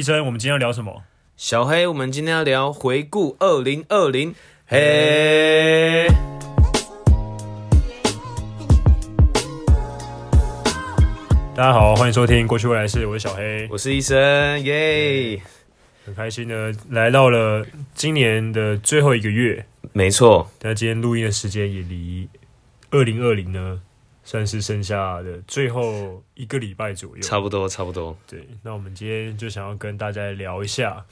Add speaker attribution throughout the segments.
Speaker 1: 医生，我们今天要聊什么？
Speaker 2: 小黑，我们今天要聊回顾二零二零，嘿，
Speaker 1: 大家好，欢迎收听《过去未来式》，我是小黑，
Speaker 2: 我是医生，耶，
Speaker 1: 很开心的来到了今年的最后一个月。
Speaker 2: 没错，
Speaker 1: 那今天录音的时间也离二零二零呢，算是剩下的最后一个礼拜左右。
Speaker 2: 差不多，差不多，
Speaker 1: 对，那我们今天就想要跟大家聊一下，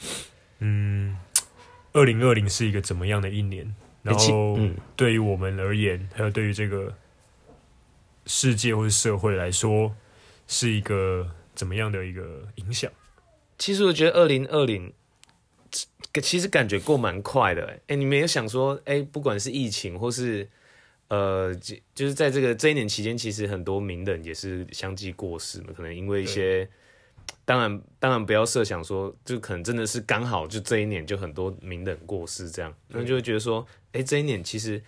Speaker 1: 嗯，二零二零是一个怎么样的一年？然
Speaker 2: 其
Speaker 1: 后
Speaker 2: 嗯
Speaker 1: 对于我们而言，还有对于这个世界或是社会来说，是一个怎么样的一个影响？
Speaker 2: 其实我觉得二零二零，其实感觉过蛮快的、欸。哎、你没有想说，哎、不管是疫情或是呃，就就是在这个这一年期间，其实很多名人也是相继过世嘛，可能因为一些，当然当然不要设想说，就可能真的是刚好就这一年就很多名人过世这样，那就会觉得说，哎、这一年其实。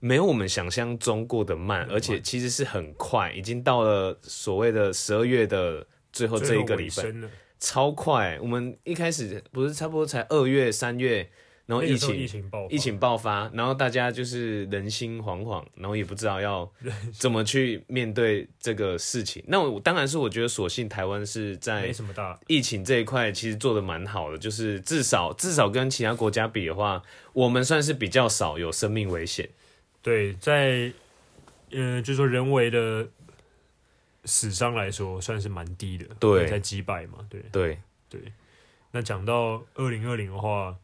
Speaker 2: 没有我们想象中过的慢，而且其实是很快，已经到了所谓的十二月的最后哦这一个礼
Speaker 1: 最
Speaker 2: 拜哦
Speaker 1: 后尾，声了，
Speaker 2: 超快、我们一开始不是差不多才二月、三月，然后
Speaker 1: 那
Speaker 2: 疫
Speaker 1: 个时候
Speaker 2: 情、
Speaker 1: 疫情爆发，
Speaker 2: 疫情爆发，然后大家就是人心惶惶，然后也不知道要怎么去面对这个事情。那我当然是我觉得，所幸台湾是在
Speaker 1: 没什么大，
Speaker 2: 疫情这一块其实做的蛮好的，就是至少至少跟其他国家比的话，我们算是比较少有生命危险。
Speaker 1: 对，在嗯、呃，就说人为的死伤来说，算是蛮低的，
Speaker 2: 对
Speaker 1: 才几百嘛，对。
Speaker 2: 对，
Speaker 1: 那讲到二零二零的话，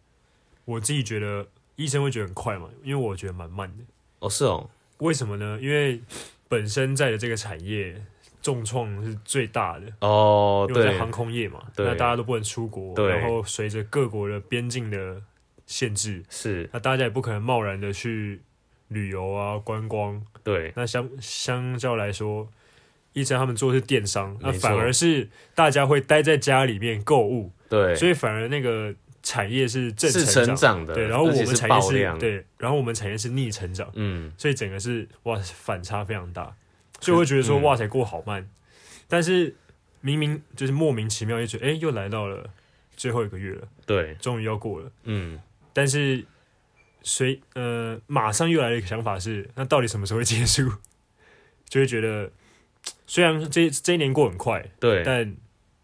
Speaker 1: 我自己觉得医生会觉得很快嘛，因为我觉得蛮慢的。
Speaker 2: 哦是哦，
Speaker 1: 为什么呢？因为本身在的这个产业重创是最大的，
Speaker 2: 哦
Speaker 1: 因为我在
Speaker 2: 对
Speaker 1: 航空业嘛，
Speaker 2: 对
Speaker 1: 那大家都不能出国，
Speaker 2: 对
Speaker 1: 然后随着各国的边境的限制，
Speaker 2: 是，
Speaker 1: 那大家也不可能贸然的去旅游啊、观光，
Speaker 2: 对
Speaker 1: 那相相较来说，医生他们做的是电商，那
Speaker 2: 没错
Speaker 1: 反而是大家会待在家里面购物，
Speaker 2: 对，
Speaker 1: 所以反而那个产业是正
Speaker 2: 是
Speaker 1: 成
Speaker 2: 成
Speaker 1: 长，
Speaker 2: 长的，
Speaker 1: 对，然后我
Speaker 2: 而且
Speaker 1: 们产业
Speaker 2: 爆
Speaker 1: 是
Speaker 2: 量，
Speaker 1: 对，然后我们产业是逆成长，
Speaker 2: 嗯。
Speaker 1: 所以整个是哇反差非常大，所以我会觉得
Speaker 2: 嗯
Speaker 1: 说、哇塞过好慢，但是明明就是莫名其妙就觉得哎、诶又来到了最后一个月了，
Speaker 2: 对，
Speaker 1: 终于要过了，
Speaker 2: 嗯，
Speaker 1: 但是随呃马上又来了一个想法是，那到底什么时候会结束？ 就会觉得虽然这这一年过很快，
Speaker 2: 对，
Speaker 1: 但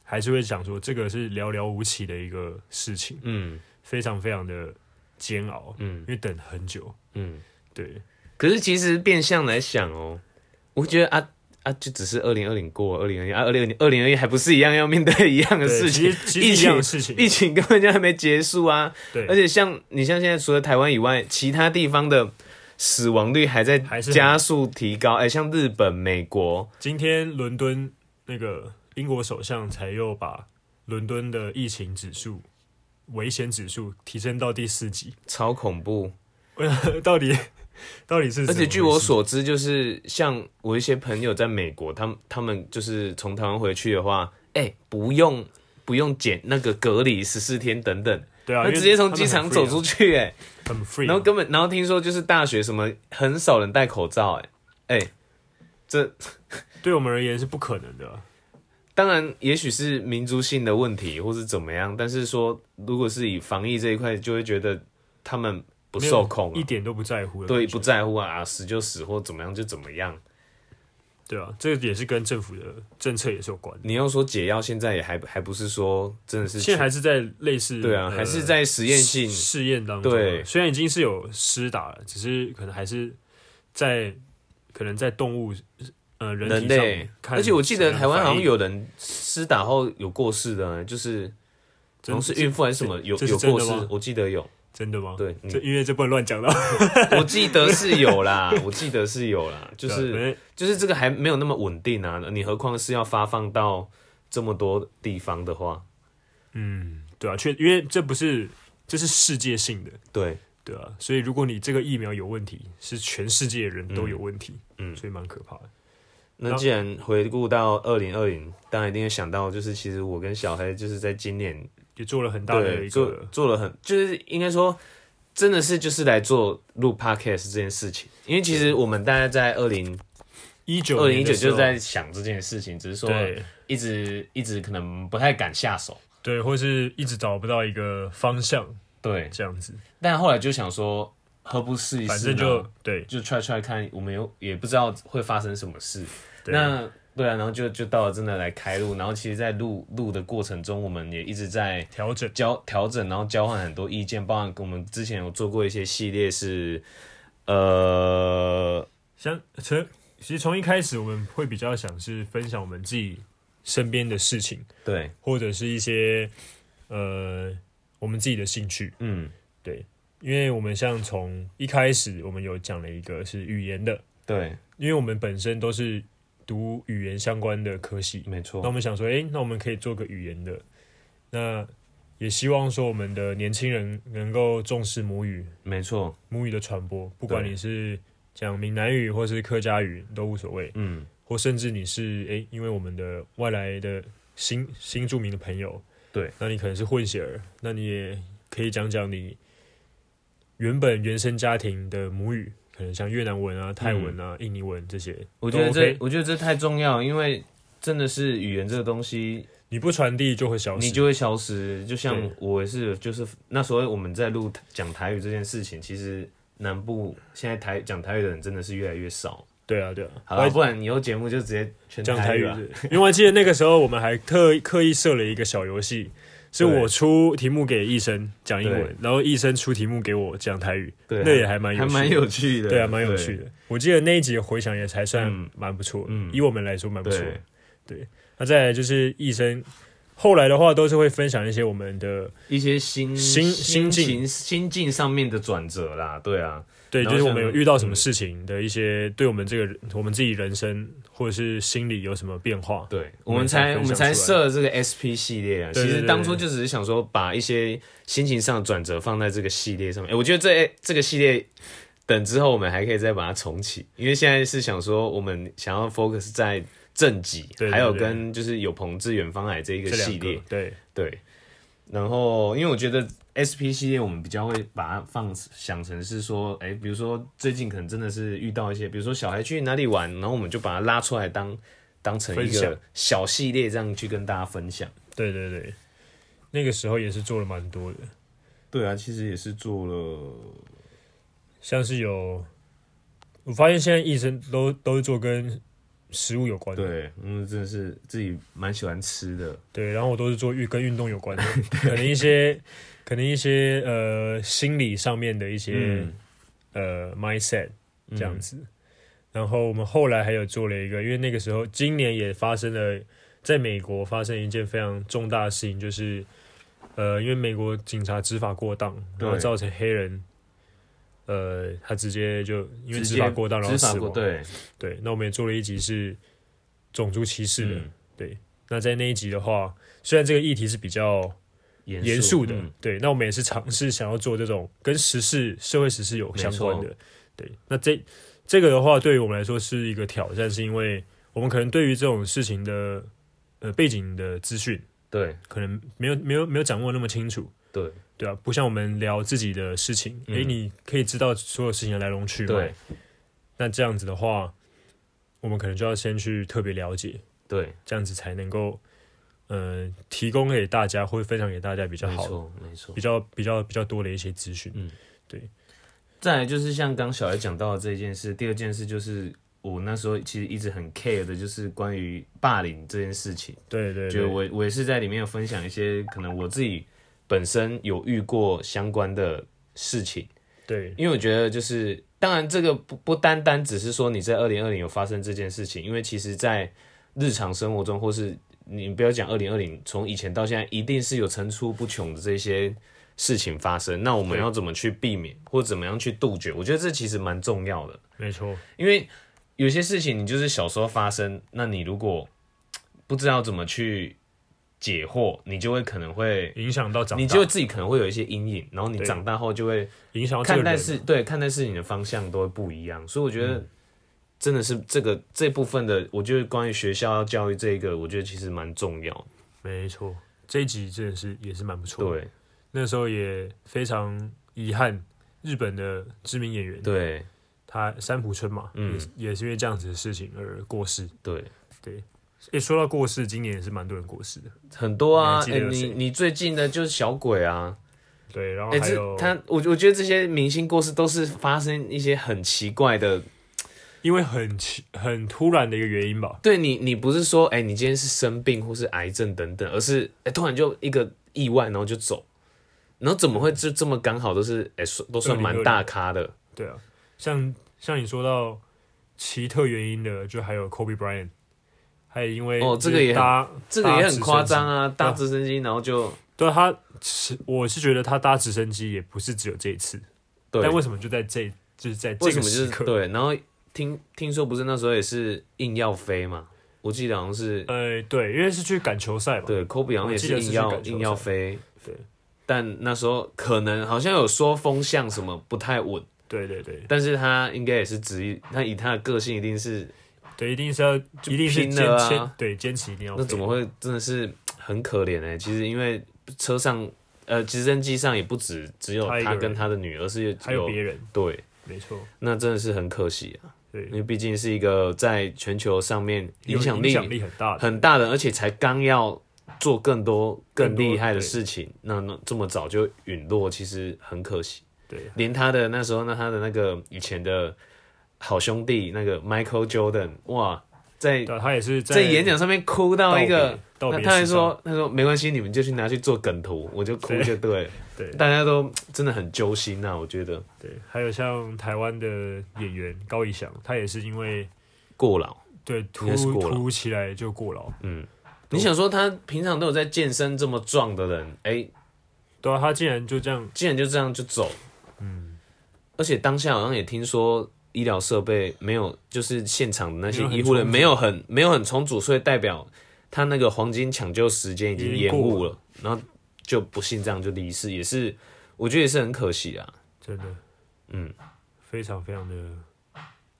Speaker 1: 还是会想说这个是寥寥无几的一个事情。
Speaker 2: 嗯
Speaker 1: 非常非常的煎熬，因
Speaker 2: 嗯
Speaker 1: 为等很久。
Speaker 2: 嗯。
Speaker 1: 对，
Speaker 2: 可是其实变相来想哦，我觉得啊啊，就只是二零二零过，二零二零啊，二零二零二零二一还不是一样要面对一样的
Speaker 1: 对
Speaker 2: 事情，
Speaker 1: 其实其实一样的事情，
Speaker 2: 疫情根本就还没结束啊！
Speaker 1: 对，
Speaker 2: 而且像你像现在除了台湾以外，其他地方的死亡率还在
Speaker 1: 还是很
Speaker 2: 加速提高。哎、像日本、美国，
Speaker 1: 今天伦敦那个英国首相才又把伦敦的疫情指数、危险指数提升到第四级，
Speaker 2: 超恐怖。
Speaker 1: 到底到底是怎么回事？
Speaker 2: 而且据我所知，就是像我一些朋友在美国，他们他们就是从台湾回去的话，哎、不用不用检那个隔离十四天等等，
Speaker 1: 对啊，
Speaker 2: 那
Speaker 1: 因为
Speaker 2: 直接从机场走出去、哎、
Speaker 1: 他们很 free 啊，
Speaker 2: 然
Speaker 1: 很 free
Speaker 2: 后
Speaker 1: 啊。
Speaker 2: 根本然后听说就是大学什么很少人戴口罩、哎哎、这
Speaker 1: 对我们而言是不可能的啊。
Speaker 2: 当然也许是民族性的问题或是怎么样，但是说如果是以防疫这一块，就会觉得他们不
Speaker 1: 没有
Speaker 2: 受控、
Speaker 1: 一
Speaker 2: 啊，
Speaker 1: 点都不在乎的
Speaker 2: 对，
Speaker 1: 感觉，
Speaker 2: 不在乎啊，啊死就死或怎么样就怎么样。
Speaker 1: 对啊，这个也是跟政府的政策也是有关的。
Speaker 2: 你要说解药，现在也还还不是说真的是
Speaker 1: 现在还是在类似
Speaker 2: 对啊，
Speaker 1: 呃
Speaker 2: 还是在实验性
Speaker 1: 试试验当中啊。
Speaker 2: 对
Speaker 1: 虽然已经是有施打了，只是可能还是在可能在动物呃人
Speaker 2: 人
Speaker 1: 体上
Speaker 2: 类，
Speaker 1: 看
Speaker 2: 而且我记
Speaker 1: 怎么
Speaker 2: 得
Speaker 1: 样
Speaker 2: 台湾好像
Speaker 1: 反应
Speaker 2: 有人施打后有过世的啊，就是好
Speaker 1: 真
Speaker 2: 像是孕妇还是什么
Speaker 1: 这
Speaker 2: 有
Speaker 1: 这是
Speaker 2: 有过
Speaker 1: 真
Speaker 2: 世
Speaker 1: 的吗，
Speaker 2: 我记得有，
Speaker 1: 真的吗？，
Speaker 2: 对，嗯
Speaker 1: 这因为这不能乱讲的，
Speaker 2: 我记得是有 啦，我记得是有啦，就
Speaker 1: 对啊反
Speaker 2: 是
Speaker 1: 正
Speaker 2: 就是这个还没有那么稳定啊，你何况是要发放到这么多地方的话，
Speaker 1: 嗯，对啊，确因为这不是这是世界性的，
Speaker 2: 对，
Speaker 1: 对啊，所以如果你这个疫苗有问题，是全世界的人都有问题，
Speaker 2: 嗯嗯
Speaker 1: 所以蛮可怕的。
Speaker 2: 那既然回顾到二零二零，当然一定会想到，就是其实我跟小黑就是在今年
Speaker 1: 也做了很大的
Speaker 2: 对，
Speaker 1: 一
Speaker 2: 做
Speaker 1: 个，
Speaker 2: 做了很，就是应该说，真的是就是来做录 podcast 这件事情。因为其实我们大概在二零
Speaker 1: 一九
Speaker 2: 二零一九
Speaker 1: 的时
Speaker 2: 就
Speaker 1: 候
Speaker 2: 是在想这件事情，只是说
Speaker 1: 对
Speaker 2: 一直一直可能不太敢下手。
Speaker 1: 对，或是一直找不到一个方向
Speaker 2: 对，
Speaker 1: 这样子，
Speaker 2: 但后来就想说，何不试一试呢？
Speaker 1: 反正就对
Speaker 2: 就 try try 看，我们又也不知道会发生什么事。
Speaker 1: 对
Speaker 2: 那对啊，然后就就到了真的来开录，然后其实，在录录的过程中，我们也一直在
Speaker 1: 调整。
Speaker 2: 交调整，然后交换很多意见，包含我们之前有做过一些系列是，呃，
Speaker 1: 像从其实从一开始我们会比较想是分享我们自己身边的事情，
Speaker 2: 对，
Speaker 1: 或者是一些呃我们自己的兴趣，
Speaker 2: 嗯，
Speaker 1: 对，因为我们像从一开始我们有讲了一个是语言的，
Speaker 2: 对，
Speaker 1: 因为我们本身都是读语言相关的科系，
Speaker 2: 没
Speaker 1: 那我
Speaker 2: 错，
Speaker 1: 们想说，诶，那我们可以做个语言的，那也希望说我们的年轻人能够重视母语，
Speaker 2: 没错，
Speaker 1: 母语的传播，不管
Speaker 2: 对
Speaker 1: 你是讲闽南语或是客家语都无所谓，
Speaker 2: 嗯，
Speaker 1: 或甚至你是诶，因为我们的外来的新新住民的朋友，
Speaker 2: 对，
Speaker 1: 那你可能是混血儿，那你也可以讲讲你原本原生家庭的母语，可能像越南文啊、泰文啊、印尼文这些，
Speaker 2: 嗯我觉得
Speaker 1: 都
Speaker 2: 这
Speaker 1: OK
Speaker 2: 我觉得这太重要，因为真的是语言这个东西，
Speaker 1: 你不传递就会消失，
Speaker 2: 你就会消失。就像
Speaker 1: 对
Speaker 2: 我也是，就是那时候我们在录讲台语这件事情，其实南部现在台讲台语的人真的是越来越少。
Speaker 1: 对啊对啊，
Speaker 2: 好
Speaker 1: 我还
Speaker 2: 了，不然以后节目就直接全
Speaker 1: 讲台
Speaker 2: 语啊
Speaker 1: 语
Speaker 2: 了。
Speaker 1: 是，因为我记得那个时候我们还特刻意设了一个小游戏，是
Speaker 2: 对
Speaker 1: 我出题目给医生讲英
Speaker 2: 对
Speaker 1: 文，然后医生出题目给我讲台语，
Speaker 2: 对啊，
Speaker 1: 那也还蛮有
Speaker 2: 还
Speaker 1: 趣
Speaker 2: 蛮有趣的，
Speaker 1: 对啊，蛮有趣的。我记得那一集的回想也才算
Speaker 2: 嗯
Speaker 1: 蛮不错的，
Speaker 2: 嗯
Speaker 1: 以我们来说蛮不
Speaker 2: 对。
Speaker 1: 错的。
Speaker 2: 对，
Speaker 1: 那再来就是医生，后来的话都是会分享一些我们的，
Speaker 2: 一些心
Speaker 1: 心
Speaker 2: 心
Speaker 1: 心
Speaker 2: 情
Speaker 1: 境
Speaker 2: 心境上面的转折啦，对啊，
Speaker 1: 对，
Speaker 2: 然
Speaker 1: 就
Speaker 2: 后
Speaker 1: 是我们有遇到什
Speaker 2: 像嗯
Speaker 1: 么事情的一些，对我们这个人我们自己人生或者是心理有什么变化。
Speaker 2: 对，
Speaker 1: 我
Speaker 2: 我们
Speaker 1: 们
Speaker 2: 才
Speaker 1: 才
Speaker 2: 我们
Speaker 1: 分享
Speaker 2: 才
Speaker 1: 出来
Speaker 2: 设了这个 SP 系列啊。
Speaker 1: 对对
Speaker 2: 其实
Speaker 1: 对
Speaker 2: 当初就只是想说，把一些心情上的转折放在这个系列上面。哎、我觉得这这个系列等之后我们还可以再把它重启，因为现在是想说我们想要 focus 在正极，
Speaker 1: 对对
Speaker 2: 还有
Speaker 1: 对
Speaker 2: 跟就是有朋自远方来这一个
Speaker 1: 这
Speaker 2: 系
Speaker 1: 两
Speaker 2: 列
Speaker 1: 个。对
Speaker 2: 对，然后因为我觉得 SP 系列我们比较会把它放想成是说，哎、比如说最近可能真的是遇到一些，比如说小孩去哪里玩，然后我们就把它拉出来当当成一
Speaker 1: 分享
Speaker 2: 个小系列这样去跟大家分享。
Speaker 1: 对对对，那个时候也是做了蛮多的，
Speaker 2: 对啊，其实也是做了，
Speaker 1: 像是有，我发现现在医生都都是做跟食物有关的，
Speaker 2: 对，嗯，真的是自己蛮喜欢吃的，
Speaker 1: 对，然后我都是做运跟运动有关 的，可能一些可能一些呃心理上面的一些、
Speaker 2: 嗯，
Speaker 1: 呃 mindset 这样子。然后我们后来还有做了一个，因为那个时候今年也发生了，在美国发生一件非常重大的事情，就是呃，因为美国警察执法过当，
Speaker 2: 对
Speaker 1: 然后造成黑人。呃，他直接就因为
Speaker 2: 直
Speaker 1: 执
Speaker 2: 接
Speaker 1: 法过当，然后
Speaker 2: 执法
Speaker 1: 死
Speaker 2: 过
Speaker 1: 亡。
Speaker 2: 对，
Speaker 1: 对，那我们也做了一集是种族歧视的。
Speaker 2: 嗯
Speaker 1: 那在那一集的话，虽然这个议题是比较严肃的，
Speaker 2: 嗯
Speaker 1: 对。那我们也是尝试想要做这种跟时事、社会时事有相关
Speaker 2: 没
Speaker 1: 的，对。那这这个的话，对于我们来说是一个挑战，是因为我们可能对于这种事情的呃背景的资讯，
Speaker 2: 对
Speaker 1: 可能没有没有没有掌握那么清楚，
Speaker 2: 对
Speaker 1: 对啊，不像我们聊自己的事情，
Speaker 2: 嗯
Speaker 1: 诶、你可以知道所有事情的来龙去脉
Speaker 2: 对。
Speaker 1: 那这样子的话，我们可能就要先去特别了解，
Speaker 2: 对，
Speaker 1: 这样子才能够呃提供给大家，或者分享给大家比较
Speaker 2: 没
Speaker 1: 好的
Speaker 2: 错没错
Speaker 1: 比。较比较比较多的一些资
Speaker 2: 嗯
Speaker 1: 讯。
Speaker 2: 再来就是像刚小孩讲到的这件事，第二件事就是我那时候其实一直很 care 的，就是关于霸凌这件事情。
Speaker 1: 对对
Speaker 2: 就
Speaker 1: 对，
Speaker 2: 我我也是在里面有分享一些可能我自己本身有遇过相关的事情，
Speaker 1: 对
Speaker 2: 因为我觉得就是当然这个不不单单只是说你在二零二零有发生这件事情，因为其实在日常生活中或是你不要讲二零二零，从以前到现在一定是有层出不穷的这些事情发生。那我
Speaker 1: 对
Speaker 2: 们要怎么去避免，或怎么样去杜绝？我觉得这其实蛮重要的，
Speaker 1: 没错，
Speaker 2: 因为有些事情你就是小时候发生，那你如果不知道怎么去解惑，你就会可能会。
Speaker 1: 影响到长大，
Speaker 2: 你就自己可能会有一些阴影，然后你
Speaker 1: 对
Speaker 2: 长大后就会
Speaker 1: 影响到这
Speaker 2: 看
Speaker 1: 个
Speaker 2: 待
Speaker 1: 人。啊
Speaker 2: 事对看待事情的方向都会不一样，所以我觉
Speaker 1: 嗯
Speaker 2: 得真的是这个这部分的，我觉得关于学校要教育这一个，我觉得其实蛮重要。
Speaker 1: 没错，这一集真的是也是蛮不错。，
Speaker 2: 对
Speaker 1: 那时候也非常遗憾，日本的知名演员，
Speaker 2: 对
Speaker 1: 他三浦春马，
Speaker 2: 嗯
Speaker 1: 也是也是因为这样子的事情而过世。
Speaker 2: 对，
Speaker 1: 对，也说到过世，今年也是蛮多人过世的。
Speaker 2: 很多啊，
Speaker 1: 你还记
Speaker 2: 哎、
Speaker 1: 得有
Speaker 2: 你
Speaker 1: 谁
Speaker 2: 你最近的就是小鬼啊，
Speaker 1: 对，然后
Speaker 2: 哎、
Speaker 1: 还
Speaker 2: 这
Speaker 1: 有，
Speaker 2: 他，我我觉得这些明星过世都是发生一些很奇怪的，
Speaker 1: 因为很奇很突然的一个原因吧，
Speaker 2: 对你，你不是说哎、你今天是生病或是癌症等等，而是哎、突然就一个意外，然后就走，然后怎么会
Speaker 1: 嗯
Speaker 2: 就这么刚好都是哎、算都算蛮大咖的，
Speaker 1: 对啊，像像你说到奇特原因的，就还有 Kobe Bryant，还有因为
Speaker 2: 哦这个
Speaker 1: 就是
Speaker 2: 也很
Speaker 1: 搭
Speaker 2: 这个也
Speaker 1: 搭直
Speaker 2: 很
Speaker 1: 升
Speaker 2: 夸张啊，
Speaker 1: 对啊
Speaker 2: 搭直升机然后就
Speaker 1: 对啊他是，我是觉得他搭直升机也不是只有这一次，
Speaker 2: 对，
Speaker 1: 但为什么就在这，就是在这
Speaker 2: 为
Speaker 1: 个
Speaker 2: 什么就
Speaker 1: 时
Speaker 2: 是
Speaker 1: 刻？
Speaker 2: 对，然后听听说不是那时候也是硬要飞嘛，我记得好像是
Speaker 1: 呃，对，因为是去赶球赛嘛，
Speaker 2: 对科比好像也
Speaker 1: 我记得是
Speaker 2: 硬
Speaker 1: 去
Speaker 2: 要
Speaker 1: 赶球
Speaker 2: 硬要飞，
Speaker 1: 对，
Speaker 2: 但那时候可能好像有说风向什么不太稳，
Speaker 1: 对对对
Speaker 2: 但是他应该也是执意，他以他的个性一定是
Speaker 1: 对，一定是要，一定是
Speaker 2: 拼
Speaker 1: 坚
Speaker 2: 了啊
Speaker 1: 坚，对，坚持一定要飞。
Speaker 2: 那怎么会真的是很可怜呢、其实因为车上呃直升机上也不止只有
Speaker 1: 他一个
Speaker 2: 他跟
Speaker 1: 人
Speaker 2: 他的女儿，是
Speaker 1: 还有别人？
Speaker 2: 对，
Speaker 1: 没错，
Speaker 2: 那真的是很可惜啊，
Speaker 1: 对
Speaker 2: 因为毕竟是一个在全球上面
Speaker 1: 有
Speaker 2: 影响
Speaker 1: 影
Speaker 2: 力
Speaker 1: 响力很大的，
Speaker 2: 很大的，而且才刚要做更多更
Speaker 1: 更多
Speaker 2: 厉害的
Speaker 1: 对
Speaker 2: 事情，那那这么早就陨落，其实很可惜。
Speaker 1: 对，啊
Speaker 2: 连他的那时候，那他的那个以前的好兄弟那个 Michael Jordan，哇，在
Speaker 1: 对啊，他也是
Speaker 2: 在演讲上面哭到一个，
Speaker 1: 道别道
Speaker 2: 那
Speaker 1: 别
Speaker 2: 他还
Speaker 1: 式上
Speaker 2: 说他说没关系，你们就去拿去做梗图，我就哭就对了。
Speaker 1: 对
Speaker 2: 大家都真的很揪心啊呐、我觉得
Speaker 1: 对，还有像台湾的演员高以翔，他也是因为
Speaker 2: 过劳。
Speaker 1: 对突
Speaker 2: 应该是
Speaker 1: 如
Speaker 2: 过劳嗯
Speaker 1: 突如其来就过劳，
Speaker 2: 你想说他平常都有在健身这么壮的人，哎、
Speaker 1: 对啊，他竟然就这样，
Speaker 2: 竟然就这样就走，嗯，而且当下好像也听说医疗设备没有，就是现场的那些
Speaker 1: 没有很
Speaker 2: 医护人
Speaker 1: 充足
Speaker 2: 没有很没有很充足，所以代表他那个黄金抢救时间已经
Speaker 1: 已经
Speaker 2: 延误
Speaker 1: 过
Speaker 2: 了，然后就不幸这样就离世，也是我觉得也是很可惜啊。
Speaker 1: 真的，
Speaker 2: 嗯，
Speaker 1: 非常非常的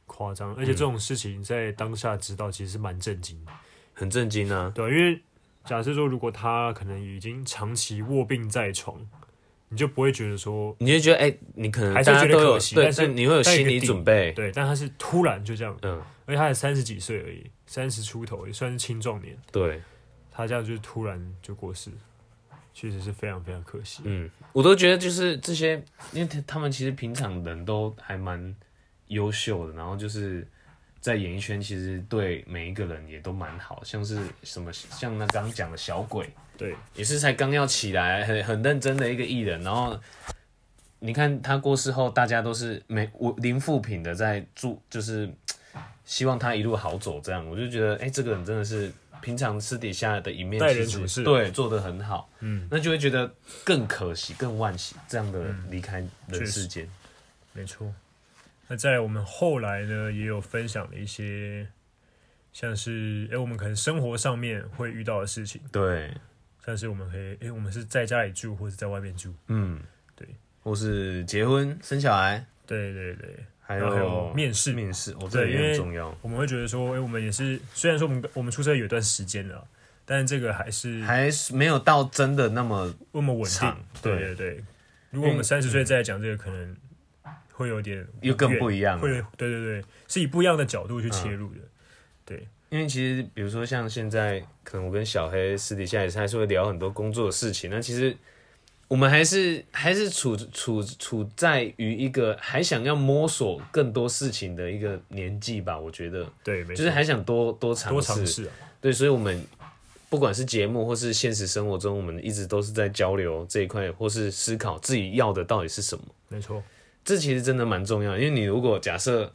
Speaker 1: 夸张，而且这种事情在当下知道其实是蛮震惊的，
Speaker 2: 很震惊啊！
Speaker 1: 对啊、因为假设说如果他可能已经长期卧病在床，你就不会觉得说
Speaker 2: 你就觉得，哎、你可能
Speaker 1: 还
Speaker 2: 大
Speaker 1: 是
Speaker 2: 家
Speaker 1: 觉得
Speaker 2: 都有
Speaker 1: 可惜
Speaker 2: 对，
Speaker 1: 但是
Speaker 2: 但你会有
Speaker 1: 但有
Speaker 2: 心
Speaker 1: 一个
Speaker 2: 理
Speaker 1: 底
Speaker 2: 准备，
Speaker 1: 对，但他是突然就这样，
Speaker 2: 嗯，
Speaker 1: 而且他才三十几岁而已，三十出头也算是青壮年。
Speaker 2: 对，
Speaker 1: 他这样就突然就过世，确实是非常非常可惜。
Speaker 2: 嗯，我都觉得就是这些，因为他他们其实平常人都还蛮优秀的，然后就是在演艺圈其实对每一个人也都蛮好，像是什么像那刚讲的小鬼，
Speaker 1: 对，
Speaker 2: 也是才刚要起来，很很认真的一个艺人，然后。你看他过世后，大家都是没我零负评的在祝，就是希望他一路好走这样。我就觉得，哎、这个人真的是平常私底下的一面
Speaker 1: 待人
Speaker 2: 其实
Speaker 1: 处事
Speaker 2: 对做得很好，嗯，那就会觉得更可惜、更惋惜这样的离开人世间。
Speaker 1: 没错。那在我们后来呢，也有分享了一些，像是诶、我们可能生活上面会遇到的事情，
Speaker 2: 对，
Speaker 1: 像是我们可以诶、我们是在家里住或者在外面住，
Speaker 2: 嗯，
Speaker 1: 对，
Speaker 2: 或是结婚、生小孩，
Speaker 1: 对对对，
Speaker 2: 还
Speaker 1: 然后还有
Speaker 2: 有
Speaker 1: 面试
Speaker 2: 面试，我、哦、这
Speaker 1: 对
Speaker 2: 也
Speaker 1: 因为
Speaker 2: 很重要。
Speaker 1: 我们会觉得说，诶、我们也是，虽然说我们我们出社会有一段时间了，但这个还是
Speaker 2: 还是没有到真的那么
Speaker 1: 那么稳定
Speaker 2: 长，
Speaker 1: 对
Speaker 2: 对嗯
Speaker 1: 对对。如果我们三十岁再来讲这个，可能会有点
Speaker 2: 又更
Speaker 1: 远
Speaker 2: 不一样了嗯
Speaker 1: 会有对对对，是以不一样的角度去切入的，
Speaker 2: 因为其实，比如说像现在，可能我跟小黑私底下也是还是会聊很多工作的事情。那其实我们还是还是处处处在于一个还想要摸索更多事情的一个年纪吧，我觉得
Speaker 1: 对，没错
Speaker 2: 就是还想多多尝
Speaker 1: 多
Speaker 2: 试。
Speaker 1: 尝试啊，
Speaker 2: 对，所以我们不管是节目或是现实生活中，我们一直都是在交流这一块，或是思考自己要的到底是什么。
Speaker 1: 没错，
Speaker 2: 这其实真的蛮重要的，因为你如果假设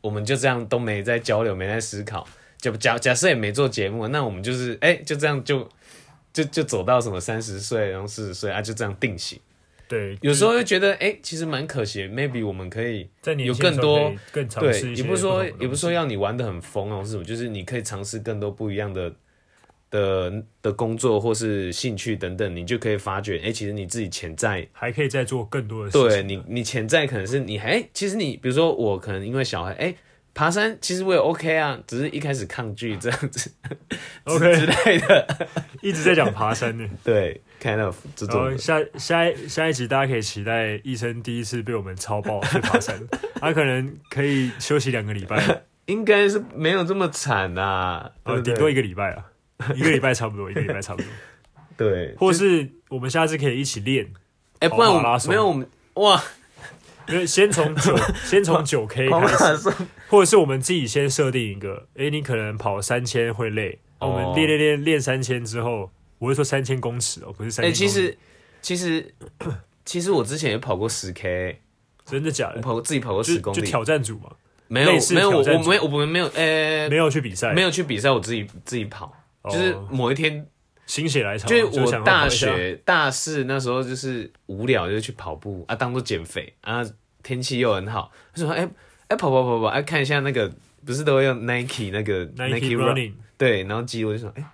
Speaker 2: 我们就这样都没在交流，没在思考，就假假设也没做节目，那我们就是哎、就这样就就就走到什么三十岁，然后四十岁啊，就这样定型。
Speaker 1: 对，
Speaker 2: 有时
Speaker 1: 候
Speaker 2: 候又觉得哎、其实蛮可惜的，maybe 我们可以
Speaker 1: 在年
Speaker 2: 有
Speaker 1: 轻的时
Speaker 2: 更
Speaker 1: 候
Speaker 2: 多
Speaker 1: 可以更尝试
Speaker 2: 对，
Speaker 1: 一些
Speaker 2: 也
Speaker 1: 不
Speaker 2: 不是说
Speaker 1: 同的东
Speaker 2: 也不是说
Speaker 1: 西
Speaker 2: 要你玩的很疯哦，是什么，就是你可以尝试更多不一样的。的的工作或是兴趣等等，你就可以发觉，哎、其实你自己潜在
Speaker 1: 还可以再做更多的事
Speaker 2: 对
Speaker 1: 情，
Speaker 2: 你，你潜在可能是你，哎、其实你，比如说我可能因为小孩，哎、爬山其实我也 OK 啊，只是一开始抗拒这样子 之
Speaker 1: ，OK，
Speaker 2: 类的，
Speaker 1: 一直在讲爬山 呢。
Speaker 2: 对，kind of 这
Speaker 1: 然
Speaker 2: 种
Speaker 1: 后
Speaker 2: 的，
Speaker 1: 下下一下一集大家可以期待 医生第一次被我们超爆去爬山，他可能可以休息两个礼拜，
Speaker 2: 应该是没有这么惨啦、对
Speaker 1: 呃，
Speaker 2: 不
Speaker 1: 顶
Speaker 2: 对
Speaker 1: 多一个礼拜啊，一个礼拜差不多，一个礼拜差不多，
Speaker 2: 对，
Speaker 1: 或是我们下次可以一起练，
Speaker 2: 哎、不然我
Speaker 1: 跑马拉
Speaker 2: 们
Speaker 1: 松
Speaker 2: 没有我们哇，
Speaker 1: 因为先从 九先从九 K
Speaker 2: 跑
Speaker 1: 开
Speaker 2: 马
Speaker 1: 始，
Speaker 2: 拉 松
Speaker 1: 或者是我们自己先设定一个，诶，你可能跑三千会累，啊
Speaker 2: 哦
Speaker 1: 我们练练练练三千之后，我是说三千公尺哦，不是三
Speaker 2: 哎、
Speaker 1: 千。
Speaker 2: 其实其实其实我之前也跑过十 K，
Speaker 1: 真的假
Speaker 2: 我
Speaker 1: 的？
Speaker 2: 跑过自己跑过
Speaker 1: 就
Speaker 2: 十公
Speaker 1: 就
Speaker 2: 里，
Speaker 1: 挑战组嘛，
Speaker 2: 没有
Speaker 1: 类似
Speaker 2: 没有我
Speaker 1: 挑战
Speaker 2: 我
Speaker 1: 组
Speaker 2: 没有我们没有呃、
Speaker 1: 没有去比赛，
Speaker 2: 没
Speaker 1: 有
Speaker 2: 有去比赛，我自己自己跑，就是
Speaker 1: 哦
Speaker 2: 某一天
Speaker 1: 心血来潮，
Speaker 2: 就是
Speaker 1: 哦就
Speaker 2: 我
Speaker 1: 想要跑
Speaker 2: 大
Speaker 1: 一下
Speaker 2: 学大四那时候就是无聊，就去跑步啊，当做减肥啊，天气又很好，他说哎哎跑跑跑跑，哎、看一下那个不是都会用 Nike 那个
Speaker 1: Nike
Speaker 2: Run-
Speaker 1: Running
Speaker 2: 对，然后肌我就想哎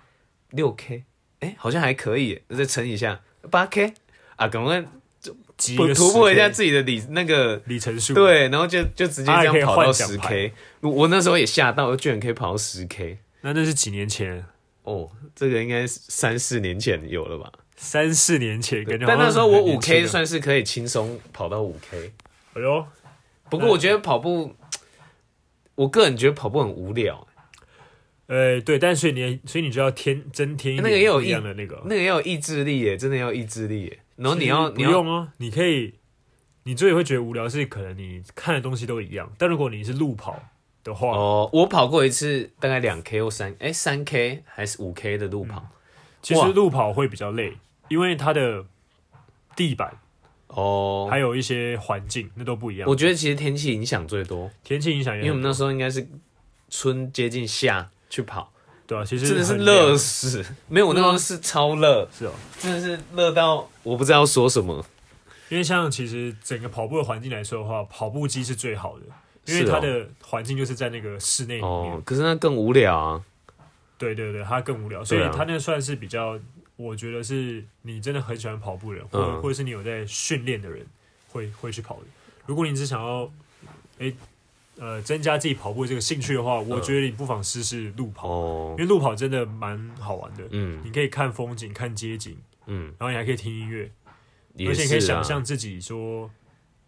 Speaker 2: 六 K 哎好像还可以耶，再乘一下八 K 啊，赶快
Speaker 1: 集
Speaker 2: 突突破一下
Speaker 1: 己
Speaker 2: 自己的里那个。
Speaker 1: 里程数，，
Speaker 2: 对，然后就就直接
Speaker 1: 啊还
Speaker 2: 这
Speaker 1: 可以
Speaker 2: 样跑到
Speaker 1: 换奖
Speaker 2: 十
Speaker 1: 牌
Speaker 2: K，我我那时候也吓到，我居然可以跑到十 K，
Speaker 1: 那那是几年前，
Speaker 2: 哦，这个应该是三四年前有了吧？
Speaker 1: 三四年前，感觉好
Speaker 2: 但
Speaker 1: 像
Speaker 2: 那时候我
Speaker 1: 很
Speaker 2: 五
Speaker 1: 年轻啊
Speaker 2: K
Speaker 1: 的，
Speaker 2: 算是可以轻松跑到五 K，
Speaker 1: 哎呦，
Speaker 2: 不过我觉得跑步，我个人觉得跑步很无聊，
Speaker 1: 呃，对，但所以你所以你就要添增添一点
Speaker 2: 那个也有
Speaker 1: 不一
Speaker 2: 意
Speaker 1: 样的那个，
Speaker 2: 那个要有意志力耶，真的要有意志力耶。然后你要
Speaker 1: 不
Speaker 2: 你要
Speaker 1: 用哦，你可以，你最会觉得无聊是可能你看的东西都一样，但如果你是路跑的话，
Speaker 2: 哦，我跑过一次大概两 K 或三哎三 K 还是五 K 的路跑
Speaker 1: 其
Speaker 2: 哇
Speaker 1: 实路跑会比较累，因为它的地板
Speaker 2: 哦，
Speaker 1: 嗯还有一些环境那都不一样
Speaker 2: 我，觉得其实天气影响最多，
Speaker 1: 天气影响也
Speaker 2: 因为我
Speaker 1: 很
Speaker 2: 们那时候应该是春接近夏去跑，
Speaker 1: 对啊，其实
Speaker 2: 真的是
Speaker 1: 很凉
Speaker 2: 热死，没有我那时候是超热，
Speaker 1: 是哦，
Speaker 2: 真的是热到我不知道说什么。
Speaker 1: 因为像其实整个跑步的环境来说的话，跑步机是最好的，因为
Speaker 2: 是哦
Speaker 1: 它的环境就是在那个室内里面，
Speaker 2: 哦，可是那更无聊啊。
Speaker 1: 对对对，它更无聊，所以
Speaker 2: 对啊
Speaker 1: 它那算是比较，我觉得是你真的很喜欢跑步的人，或、
Speaker 2: 嗯
Speaker 1: 或者是你有在训练的人会会去跑的。如果你只想要，诶呃，增加自己跑步这个兴趣的话，我觉得你不妨试试路跑，
Speaker 2: 嗯哦
Speaker 1: 因，为路跑真的蛮好玩的。
Speaker 2: 嗯
Speaker 1: 你可以看风景，看街景，
Speaker 2: 嗯，
Speaker 1: 然后你还可以听音乐，
Speaker 2: 也
Speaker 1: 而且你可以
Speaker 2: 是
Speaker 1: 想
Speaker 2: 啊
Speaker 1: 象自己说，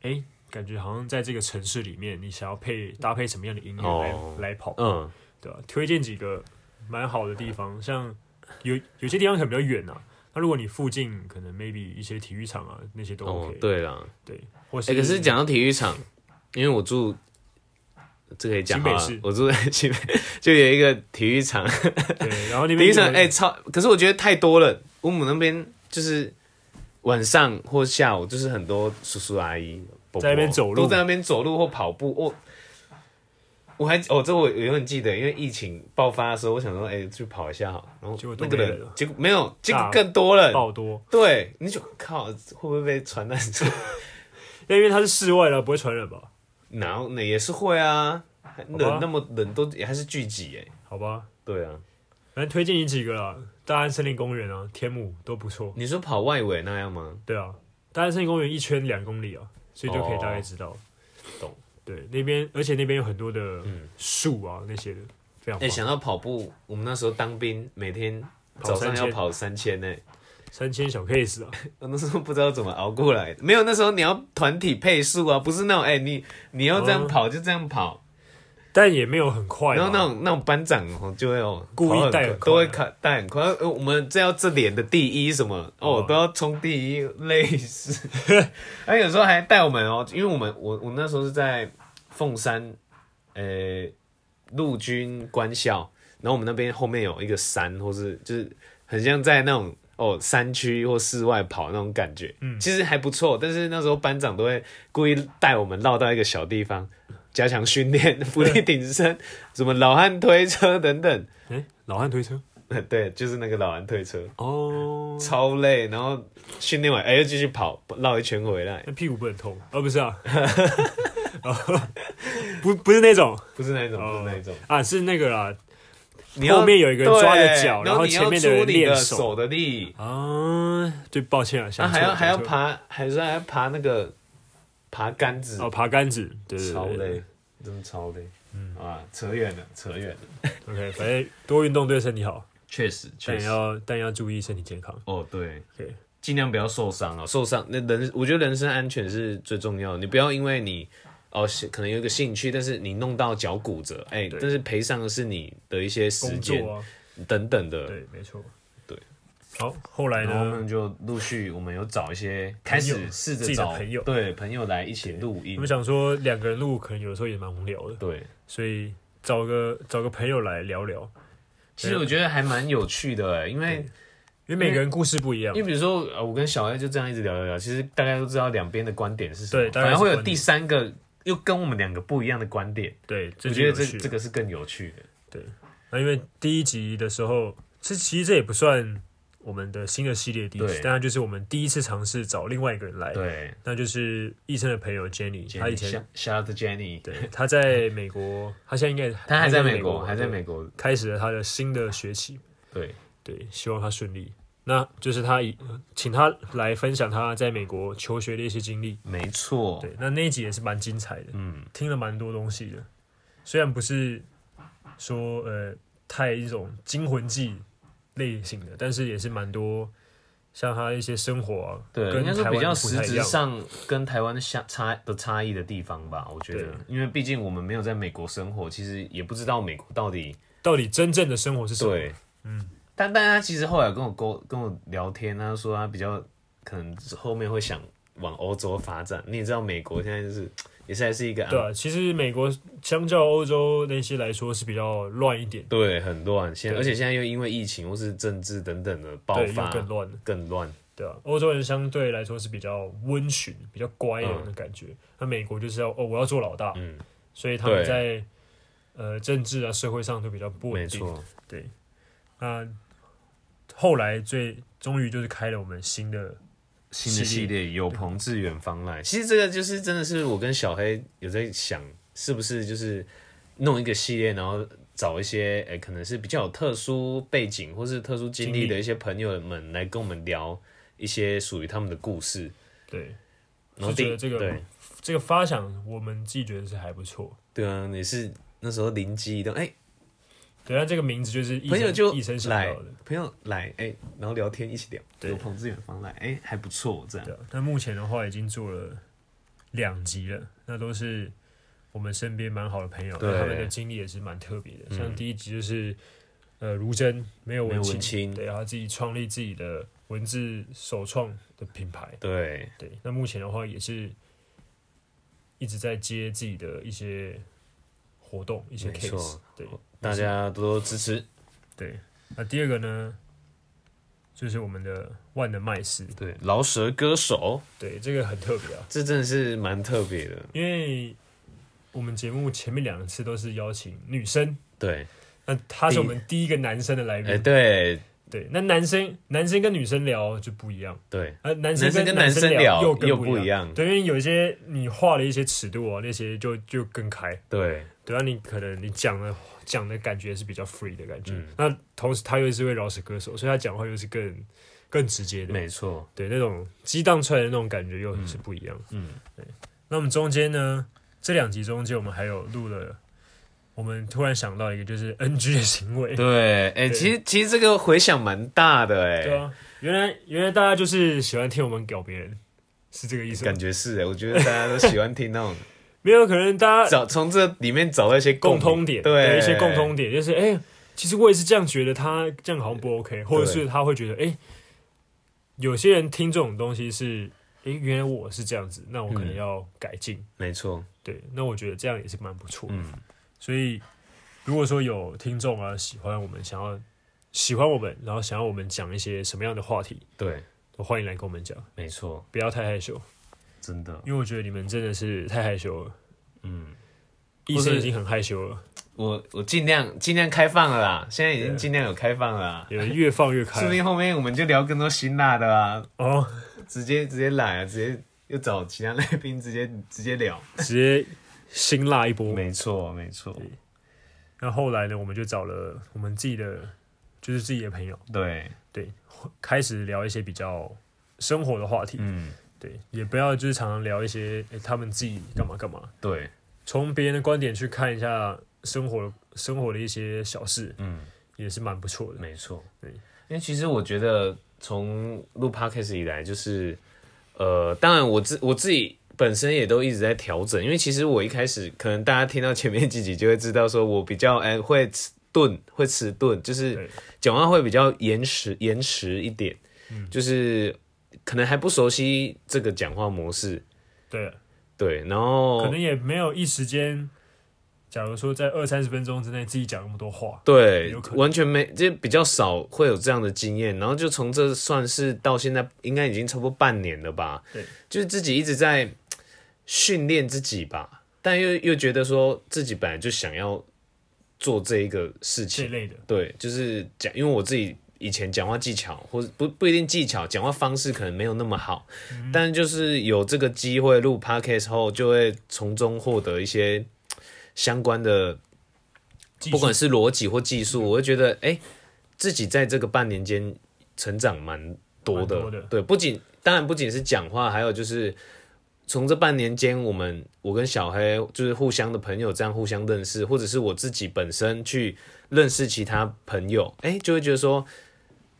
Speaker 1: 哎、感觉好像在这个城市里面，你想要配搭配什么样的音乐来、
Speaker 2: 哦
Speaker 1: 来跑，
Speaker 2: 嗯，
Speaker 1: 对吧、推荐几个蛮好的地方，像有有些地方可能比较远啊，那如果你附近可能 maybe 一些体育场啊那些都
Speaker 2: 哦
Speaker 1: OK，、，
Speaker 2: 对啦。
Speaker 1: 对，或是、
Speaker 2: 哎、可是讲到体育场，因为我住这可以讲
Speaker 1: 新
Speaker 2: 好
Speaker 1: 北
Speaker 2: 了
Speaker 1: 市，
Speaker 2: 我住在新北，就有一个体育场，
Speaker 1: 对，然后那边
Speaker 2: 体育场
Speaker 1: 有
Speaker 2: 哎、超，可是我觉得太多了。我母那边就是晚上或下午，就是很多叔叔阿姨伯伯
Speaker 1: 在那边走路
Speaker 2: 都在那边走路或跑步。我、我还哦，这我永远记得，因为疫情爆发的时候，我想说，哎、去跑一下好了，然后
Speaker 1: 结果都
Speaker 2: 那个
Speaker 1: 没
Speaker 2: 人
Speaker 1: 人了
Speaker 2: 结果没有，结果
Speaker 1: 大
Speaker 2: 更多了，
Speaker 1: 爆多，
Speaker 2: 对，你就靠会不会被传染？
Speaker 1: 那因为它是室外的，不会传染吧？
Speaker 2: 然后那也是会啊，
Speaker 1: 吧
Speaker 2: 人那么冷都也还是聚集哎。
Speaker 1: 好吧，
Speaker 2: 对啊，
Speaker 1: 反正推荐你几个啦，大安森林公园啊、天母都不错，
Speaker 2: 你说跑外围那样吗？
Speaker 1: 对啊，大安森林公园一圈两公里啊，所以就可以大概知道。
Speaker 2: 哦懂。
Speaker 1: 对，那边而且那边有很多的树啊、那些的，非常
Speaker 2: 嗯哎、
Speaker 1: 棒。
Speaker 2: 想到跑步，我们那时候当兵，每天早上要跑三千呢。
Speaker 1: 三千小 case 啊，
Speaker 2: 我那时候不知道怎么熬过来的，没有那时候你要团体配速啊，不是那种哎、你你要这样跑就这样
Speaker 1: 哦
Speaker 2: 跑，
Speaker 1: 但也没有很快吧。
Speaker 2: 然后那种那种班长哦就会哦
Speaker 1: 故意
Speaker 2: 跑很
Speaker 1: 带
Speaker 2: 快
Speaker 1: 很快
Speaker 2: 都会看带很快，呃我们这要这连的第一什么哦
Speaker 1: 哦
Speaker 2: 都要冲第一类似， 还有时候还带我们哦，因为我们我我那时候是在凤山，呃陆军官校，然后我们那边后面有一个山，或是就是很像在那种哦山区或室外跑那种感觉，嗯，其实还不错。但是那时候班长都会故意带我们绕到一个小地方，加强训练、 伏地挺身、什么老汉推车等等。
Speaker 1: 哎、老汉推车
Speaker 2: 对，就是那个老汉推车，
Speaker 1: 哦，
Speaker 2: 超累，然后训练完哎又继续跑，绕一圈回来，
Speaker 1: 那屁股不很痛？哦，不是啊，哦不不是那种
Speaker 2: 不是那一种，不是那一种。
Speaker 1: 啊，是那个啦
Speaker 2: 你要
Speaker 1: 后面有一个人抓着
Speaker 2: 对
Speaker 1: 脚然后
Speaker 2: 你要
Speaker 1: 前面的人
Speaker 2: 出你的
Speaker 1: 练手
Speaker 2: 手的力，
Speaker 1: 啊，对，抱歉啊，
Speaker 2: 那
Speaker 1: 想错
Speaker 2: 还
Speaker 1: 了
Speaker 2: 要还要
Speaker 1: 想错了
Speaker 2: 爬，还是还要爬那个爬杆子，
Speaker 1: 哦，爬杆子，对对
Speaker 2: 超
Speaker 1: 对
Speaker 2: 累，真的超累。嗯啊，扯远了，扯远了，
Speaker 1: o k 反正多运动对身体好，
Speaker 2: 确实
Speaker 1: 但也。要但也要注意身体健康。
Speaker 2: 哦，对
Speaker 1: OK
Speaker 2: 尽量不要受伤啊！受伤那人，我觉得人身安全是最重要的。你不要因为你哦，是可能有一个兴趣，但是你弄到脚骨折，哎、
Speaker 1: 对
Speaker 2: 但是赔上的是你的一些时
Speaker 1: 工
Speaker 2: 间、
Speaker 1: 作啊，
Speaker 2: 等等的。
Speaker 1: 对，没错，
Speaker 2: 对。
Speaker 1: 好，后来
Speaker 2: 然后我们
Speaker 1: 呢？
Speaker 2: 就陆续，我们有找一些，开始试
Speaker 1: 自
Speaker 2: 着
Speaker 1: 己的
Speaker 2: 找
Speaker 1: 朋友
Speaker 2: 对朋友来一起录
Speaker 1: 我
Speaker 2: 音
Speaker 1: 们。想说两个人录，可能有时候也蛮无聊的，
Speaker 2: 对，
Speaker 1: 所以找个找个朋友来聊聊，
Speaker 2: 其实我觉得还蛮有趣的、哎，因为
Speaker 1: 因为每个人故事不一样
Speaker 2: 因为。比如说，呃我跟小艾就这样一直聊聊聊，其实大家都知道两边的观点是什么，
Speaker 1: 对大概
Speaker 2: 反而会
Speaker 1: 是
Speaker 2: 有
Speaker 1: 观
Speaker 2: 第
Speaker 1: 点
Speaker 2: 三个又跟我们两个不一样的观点，
Speaker 1: 对，
Speaker 2: 我
Speaker 1: 这就
Speaker 2: 觉得
Speaker 1: 有
Speaker 2: 这
Speaker 1: 趣
Speaker 2: 这个是更有趣的。
Speaker 1: 那因为第一集的时候，这其实这也不算我们的新的系列第一集
Speaker 2: 对，
Speaker 1: 但它就是我们第一次尝试找另外一个人来，
Speaker 2: 对，
Speaker 1: 那就是医生的朋友 Jenny，她以前
Speaker 2: shout out to Jenny，
Speaker 1: 对她在美国，她现 在应该
Speaker 2: 他还在美国，
Speaker 1: 国，
Speaker 2: 还在美
Speaker 1: 国，
Speaker 2: 国，
Speaker 1: 开始了她的新的学期，
Speaker 2: 对
Speaker 1: 对，希望她顺利。那就是她以请她来分享她在美国求学的一些经历，
Speaker 2: 没错，
Speaker 1: 对，那那一集也是蛮精彩的，
Speaker 2: 嗯，
Speaker 1: 听了蛮多东西的，虽然不是说呃太一种惊魂记类型的，但是也是蛮多像他一些生活、啊，
Speaker 2: 对，
Speaker 1: 跟
Speaker 2: 应该说
Speaker 1: 台
Speaker 2: 比
Speaker 1: 湾
Speaker 2: 较
Speaker 1: 不
Speaker 2: 实
Speaker 1: 太一
Speaker 2: 质
Speaker 1: 样
Speaker 2: 上跟台湾的相差的差异的地方吧，我觉得
Speaker 1: 对，
Speaker 2: 因为毕竟我们没有在美国生活，其实也不知道美国到底
Speaker 1: 到底真正的生活是什么。
Speaker 2: 对，嗯，但但他其实后来有跟我沟跟我聊天，他说他比较可能后面会想往欧洲发展。你也知道，美国现在就是也是还是一个
Speaker 1: 对啊，其实美国相较欧洲那些来说是比较乱一点，
Speaker 2: 对很乱，现在
Speaker 1: 对
Speaker 2: 而且现在又因为疫情或是政治等等的爆
Speaker 1: 对，又
Speaker 2: 发，
Speaker 1: 更乱了。
Speaker 2: 更乱。
Speaker 1: 对啊，欧洲人相对来说是比较温驯、比较乖的那感觉，那、美国就是要哦，我要做老大，
Speaker 2: 嗯，
Speaker 1: 所以他们
Speaker 2: 对
Speaker 1: 在呃政治啊、社会上都比较不
Speaker 2: 没
Speaker 1: 稳定。
Speaker 2: 错，
Speaker 1: 对，那后来最终于就是开了我们新的，
Speaker 2: 新的系列有朋自远方来。其实这个就是真的是我跟小黑有在想，是不是就是弄一个系列，然后找一些诶、可能是比较有特殊背景或是特殊经历
Speaker 1: 经历
Speaker 2: 的一些朋友们来跟我们聊一些属于他们的故事。
Speaker 1: 对，
Speaker 2: 然后
Speaker 1: 就
Speaker 2: 第
Speaker 1: 觉得这个
Speaker 2: 对
Speaker 1: 这个发想我们自己觉得是还不错。
Speaker 2: 对啊，你是那时候灵机一动，哎、
Speaker 1: 对，那这个名字就是医
Speaker 2: 朋友
Speaker 1: 生
Speaker 2: 就
Speaker 1: 医生想
Speaker 2: 来
Speaker 1: 到的。，
Speaker 2: 朋友来，哎、然后聊天一起聊，
Speaker 1: 对
Speaker 2: 有朋自远方来，哎、还不错，这样
Speaker 1: 对啊，那目前的话已经做了两集了，那都是我们身边蛮好的朋友，
Speaker 2: 对嗯
Speaker 1: 那他们的经历也是蛮特别的。像第一集就是呃，如真没有
Speaker 2: 没有
Speaker 1: 文
Speaker 2: 文
Speaker 1: 青，
Speaker 2: 青，
Speaker 1: 对，他自己创立自己的文字首创的品牌。
Speaker 2: 对
Speaker 1: 对，那目前的话也是一直在接自己的一些活动，一些
Speaker 2: 没错
Speaker 1: case。对
Speaker 2: 大家多多支持，
Speaker 1: 对，那第二个呢，就是我们的万能麦斯，
Speaker 2: 对，饶舌歌手。
Speaker 1: 对，这个很特别啊，
Speaker 2: 这真的是蛮特别的，
Speaker 1: 因为我们节目前面两次都是邀请女生，
Speaker 2: 对，
Speaker 1: 那他是我们第一个男生的来
Speaker 2: 哎、
Speaker 1: 宾。
Speaker 2: 对
Speaker 1: 对，那男生男生跟女生聊就不一样，
Speaker 2: 对，
Speaker 1: 呃，男
Speaker 2: 男生
Speaker 1: 跟
Speaker 2: 跟
Speaker 1: 男
Speaker 2: 男生聊
Speaker 1: 又
Speaker 2: 又
Speaker 1: 更
Speaker 2: 不
Speaker 1: 一
Speaker 2: 一样
Speaker 1: 对，因为有一些你画的一些尺度啊，那些就就更开。
Speaker 2: 对
Speaker 1: 对啊，你可能你讲的讲的感觉是比较 free 的感觉，
Speaker 2: 嗯
Speaker 1: 那同时他又是位饶舌歌手，所以他讲话又是更更直接的，
Speaker 2: 没错，
Speaker 1: 对那种激荡出来的那种感觉又是不一样。
Speaker 2: 嗯，
Speaker 1: 那我们中间呢，这两集中间我们还有录了，我们突然想到一个就是 NG 的行为，
Speaker 2: 对，哎、其实其实这个回响蛮大的、哎，
Speaker 1: 对啊，原来原来大家就是喜欢听我们屌别人，是这个意思吗
Speaker 2: 感？觉是哎、我觉得大家都喜欢听 那种
Speaker 1: 没有，可能大家
Speaker 2: 找从这里面找到一些
Speaker 1: 共
Speaker 2: 鸣
Speaker 1: 通点，
Speaker 2: 对
Speaker 1: 一些共通点，就是哎、其实我也是这样觉得，他这样好像不 OK，或者
Speaker 2: 对
Speaker 1: 是他会觉得哎、有些人听这种东西是哎、原来我是这样子，那我可能
Speaker 2: 嗯
Speaker 1: 要改进。
Speaker 2: 没错，
Speaker 1: 对，那我觉得这样也是蛮不错的。
Speaker 2: 嗯，
Speaker 1: 所以如果说有听众啊喜欢我们，想要喜欢我们，然后想要我们讲一些什么样的话题，
Speaker 2: 对，
Speaker 1: 都欢迎来跟我们讲，
Speaker 2: 没错，
Speaker 1: 不要太害羞，
Speaker 2: 真的，
Speaker 1: 因为我觉得你们真的是太害羞了。
Speaker 2: 嗯，
Speaker 1: 医
Speaker 2: 或是
Speaker 1: 生已经很害羞了，
Speaker 2: 我我尽量尽量开放了啦，现在已经
Speaker 1: 对
Speaker 2: 尽量有开放了啦，
Speaker 1: 有人越放越
Speaker 2: 说不
Speaker 1: 开
Speaker 2: 定后面我们就聊更多辛辣的啊，
Speaker 1: 哦。
Speaker 2: 直接直接来啊，直接又找其他来宾直接直接聊，
Speaker 1: 直接辛辣一波。
Speaker 2: 没错没错，
Speaker 1: 那后来呢，我们就找了我们自己的，就是自己的朋友，
Speaker 2: 对，
Speaker 1: 对，开始聊一些比较生活的话题，
Speaker 2: 嗯，
Speaker 1: 对，也不要就是常常聊一些、诶他们自己干嘛干嘛，
Speaker 2: 对，
Speaker 1: 从别人的观点去看一下生活生活的一些小事，
Speaker 2: 嗯，
Speaker 1: 也是蛮不错的。
Speaker 2: 没错，
Speaker 1: 对
Speaker 2: 因为其实我觉得从录 podcast 以来，就是呃，当然我自我自己本身也都一直在调整，因为其实我一开始可能大家听到前面几集就会知道，说我比较哎、会迟钝，会迟钝，就是
Speaker 1: 对
Speaker 2: 讲话会比较延迟延迟一点，就是可能还不熟悉这个讲话模式，
Speaker 1: 对，
Speaker 2: 对，然后
Speaker 1: 可能也没有一时间，假如说在二三十分钟之内自己讲那么多话，
Speaker 2: 对
Speaker 1: 有可，能
Speaker 2: 完全没，就比较少会有这样的经验。然后就从这算是到现在，应该已经差不多半年了吧。
Speaker 1: 对，
Speaker 2: 就是自己一直在训练自己吧，但又又觉得说自己本来就想要做这一个事
Speaker 1: 这一
Speaker 2: 情。
Speaker 1: 类的，
Speaker 2: 对，就是讲，因为我自己以前讲话技巧，或者不不一定技巧，讲话方式可能没有那么好，
Speaker 1: 嗯
Speaker 2: 但就是有这个机会录 podcast 后，就会从中获得一些相关的
Speaker 1: 技术
Speaker 2: 不管是逻辑或技术，我会觉得哎、诶自己在这个半年间成长蛮多的。
Speaker 1: 蛮多的
Speaker 2: 对，不仅当然不仅是讲话，还有就是从这半年间，我们我跟小黑就是互相的朋友这样互相认识，或者是我自己本身去认识其他朋友，哎、就会觉得说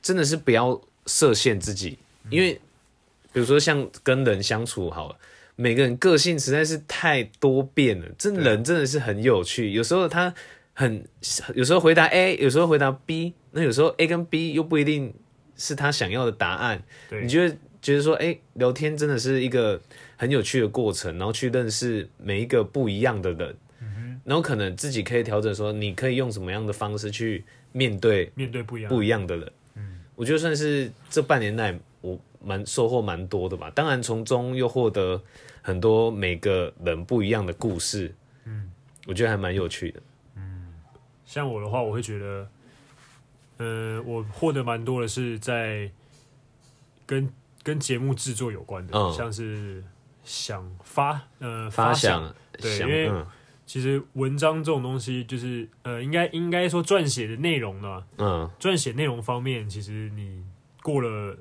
Speaker 2: 真的是不要设限自己，因为比如说像跟人相处好了。每个人个性实在是太多变了，这人真的是很有趣。有时候他很有时候回答 A，有时候回答 B，那有时候 A 跟 B 又不一定是他想要的答案，
Speaker 1: 对
Speaker 2: 你就会觉得说，哎、聊天真的是一个很有趣的过程，然后去认识每一个不一样的人，然后可能自己可以调整说，你可以用什么样的方式去面对
Speaker 1: 面对不一样，
Speaker 2: 不一样的人。我觉得算是这半年来我蛮收获蛮多的吧。当然从中又获得很多每个人不一样的故事，
Speaker 1: 嗯
Speaker 2: 我觉得还蛮有趣的。
Speaker 1: 像我的话，我会觉得，呃，我获得蛮多的是在跟跟节目制作有关的，
Speaker 2: 嗯
Speaker 1: 像是想发呃
Speaker 2: 发
Speaker 1: 想，
Speaker 2: 想，
Speaker 1: 对
Speaker 2: 想
Speaker 1: 因为
Speaker 2: 嗯
Speaker 1: 其实文章这种东西就是呃，应该应该说撰写的内容呢，
Speaker 2: 嗯
Speaker 1: 撰写内容方面，其实你过了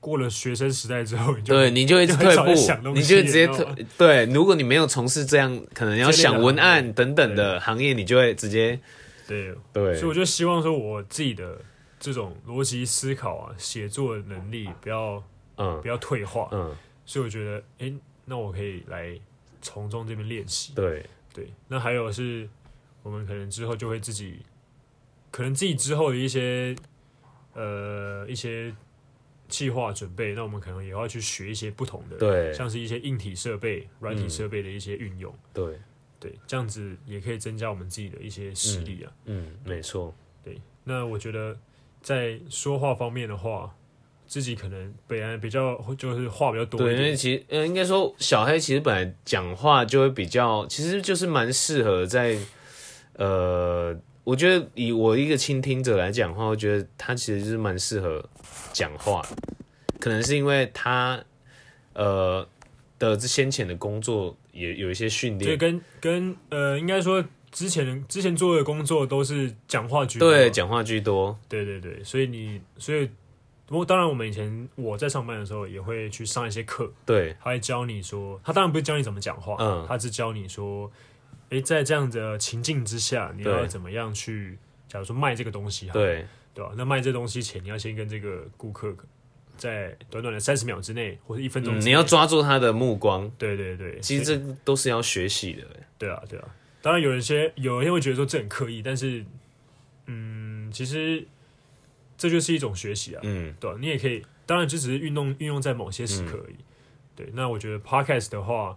Speaker 1: 过了学生时代之后，你就
Speaker 2: 对，你就一直退
Speaker 1: 就很少在想
Speaker 2: 步，
Speaker 1: 东西
Speaker 2: 你就直接
Speaker 1: 你知道吗
Speaker 2: 退。对，如果你没有从事这样，可能
Speaker 1: 这
Speaker 2: 要
Speaker 1: 类的
Speaker 2: 想文
Speaker 1: 行
Speaker 2: 案等等的行业，你就会直接
Speaker 1: 对，
Speaker 2: 对
Speaker 1: 所以我就希望说我自己的这种逻辑思考啊，写作的能力不要
Speaker 2: 嗯
Speaker 1: 不要退化，
Speaker 2: 嗯，
Speaker 1: 所以我觉得，诶，那我可以来从中这边练习。
Speaker 2: 对
Speaker 1: 对，那还有是，我们可能之后就会自己，可能自己之后的一些呃一些计划准备，那我们可能也要去学一些不同的，
Speaker 2: 对
Speaker 1: 像是一些硬体设备、软体设备的一些运用，
Speaker 2: 对，
Speaker 1: 对，这样子也可以增加我们自己的一些实力啊。
Speaker 2: 嗯，没错，
Speaker 1: 对，那我觉得在说话方面的话，自己可能本来比较就是话比较多
Speaker 2: 对，
Speaker 1: 一
Speaker 2: 因为
Speaker 1: 点，
Speaker 2: 其实呃，应该说小黑其实本来讲话就会比较，其实就是蛮适合在呃，我觉得以我一个倾听者来讲的话，我觉得他其实就是蛮适合讲话的，可能是因为他呃的这先前的工作也有一些训
Speaker 1: 这
Speaker 2: 练，
Speaker 1: 跟跟呃，应该说之前之前做的工作都是讲话居多
Speaker 2: 对，讲话居多，
Speaker 1: 对对对，所以你所以不过当然我们以前我在上班的时候也会去上一些课，
Speaker 2: 对，
Speaker 1: 他会教你说，他当然不是教你怎么讲话，
Speaker 2: 嗯
Speaker 1: 他是教你说，诶，在这样的情境之下，你要
Speaker 2: 对
Speaker 1: 怎么样去，假如说卖这个东西好了，
Speaker 2: 对，
Speaker 1: 对吧？那卖这东西前，你要先跟这个顾客在短短的三十秒之内或者一分钟
Speaker 2: 嗯，
Speaker 1: 之内、
Speaker 2: 你要抓住他的目光，
Speaker 1: 对对对，
Speaker 2: 其实
Speaker 1: 所以
Speaker 2: 这都是要学习的，
Speaker 1: 对啊对啊，当然有一些有人会觉得说这很刻意，但是嗯，其实这就是一种学习啊，
Speaker 2: 嗯，
Speaker 1: 对、啊，你也可以，当然就只是运用运用在某些时刻
Speaker 2: 嗯
Speaker 1: 而已。对，那我觉得 podcast 的话，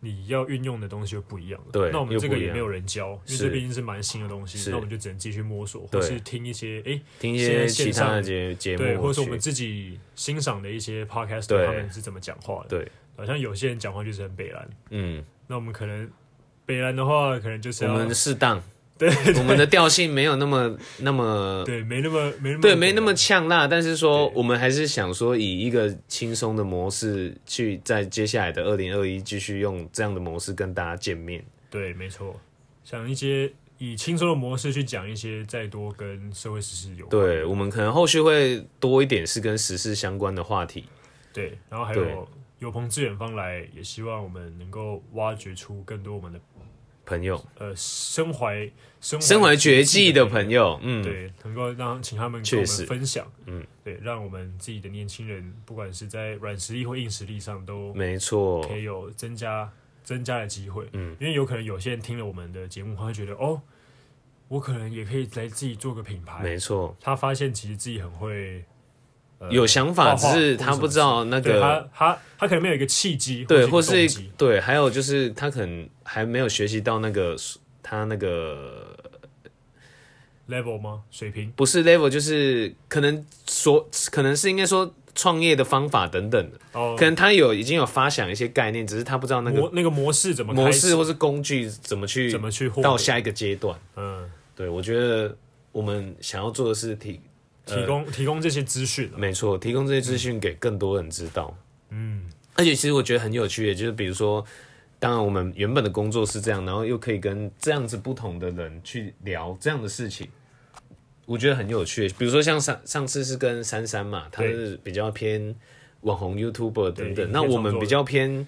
Speaker 1: 你要运用的东西就不一样了。
Speaker 2: 对
Speaker 1: 那我们这个
Speaker 2: 又不一
Speaker 1: 也
Speaker 2: 样
Speaker 1: 没有人教，因为
Speaker 2: 是
Speaker 1: 这毕竟是蛮新的东西，
Speaker 2: 是
Speaker 1: 那我们就只能继续摸索，或
Speaker 2: 对
Speaker 1: 是听一些哎、
Speaker 2: 听一些
Speaker 1: 现
Speaker 2: 其
Speaker 1: 线
Speaker 2: 他的
Speaker 1: 上
Speaker 2: 节节目去，
Speaker 1: 对，或者是我们自己欣赏的一些 podcast
Speaker 2: 对
Speaker 1: 他们是怎么讲话的。
Speaker 2: 对，
Speaker 1: 好像有些人讲话就是很北蓝，
Speaker 2: 嗯。
Speaker 1: 那我们可能北蓝的话，可能就是
Speaker 2: 我
Speaker 1: 要
Speaker 2: 们适当，
Speaker 1: 啊对
Speaker 2: 我们的调性没有那么那么
Speaker 1: 对没那么没那么
Speaker 2: 对，没那么呛辣，但是说
Speaker 1: 对
Speaker 2: 我们还是想说以一个轻松的模式去在接下来的二零二一继续用这样的模式跟大家见面。
Speaker 1: 对，没错，像一些以轻松的模式去讲一些再多跟社会时事有关
Speaker 2: 对，我们可能后续会多一点是跟时事相关的话题。
Speaker 1: 对，然后还
Speaker 2: 对
Speaker 1: 有有朋自远方来，也希望我们能够挖掘出更多我们的
Speaker 2: 朋友，
Speaker 1: 呃身怀身
Speaker 2: 身怀绝技
Speaker 1: 技
Speaker 2: 的朋，友，嗯，
Speaker 1: 嗯对，能够让请他们跟
Speaker 2: 确
Speaker 1: 我
Speaker 2: 实
Speaker 1: 们分享，
Speaker 2: 嗯，
Speaker 1: 对，让我们自己的年轻人，不管是在软实力或硬实力上，都
Speaker 2: 没错
Speaker 1: 可，以有增加增加的机会，嗯，因为有可能有些人听了我们的节目，他会觉得哦，我可能也可以来自己做个品牌，
Speaker 2: 没错，
Speaker 1: 他发现其实自己很会。呃
Speaker 2: 有想法，
Speaker 1: 画画
Speaker 2: 只是他不知道那
Speaker 1: 对
Speaker 2: 个
Speaker 1: 他，他他可能没有一个契机，
Speaker 2: 对，
Speaker 1: 或
Speaker 2: 或
Speaker 1: 是一
Speaker 2: 是
Speaker 1: 个动机
Speaker 2: 对，还有就是他可能还没有学习到那个他那个
Speaker 1: level 吗？水平
Speaker 2: 不是 level，就是可能所可能是应该说创业的方法等等的，
Speaker 1: 哦，
Speaker 2: 可能他有已经有发想一些概念，只是他不知道那个
Speaker 1: 模那个模式怎么
Speaker 2: 模
Speaker 1: 开始
Speaker 2: 式或是工具怎么去
Speaker 1: 怎么去获
Speaker 2: 到
Speaker 1: 得
Speaker 2: 下一个阶段。
Speaker 1: 嗯，
Speaker 2: 对，我觉得我们想要做的是提，呃
Speaker 1: 提供、提供这些资讯啊
Speaker 2: 没错，提供这些资讯给更多人知道。嗯，而且其实我觉得很有趣，也就是比如说，当然我们原本的工作是这样，然后又可以跟这样子不同的人去聊这样的事情，我觉得很有趣。比如说像上上次是跟珊珊嘛，她
Speaker 1: 对
Speaker 2: 是比较偏网红 YouTuber
Speaker 1: 对
Speaker 2: 等
Speaker 1: 影片
Speaker 2: 等，那我
Speaker 1: 创
Speaker 2: 们
Speaker 1: 作
Speaker 2: 比
Speaker 1: 者
Speaker 2: 较偏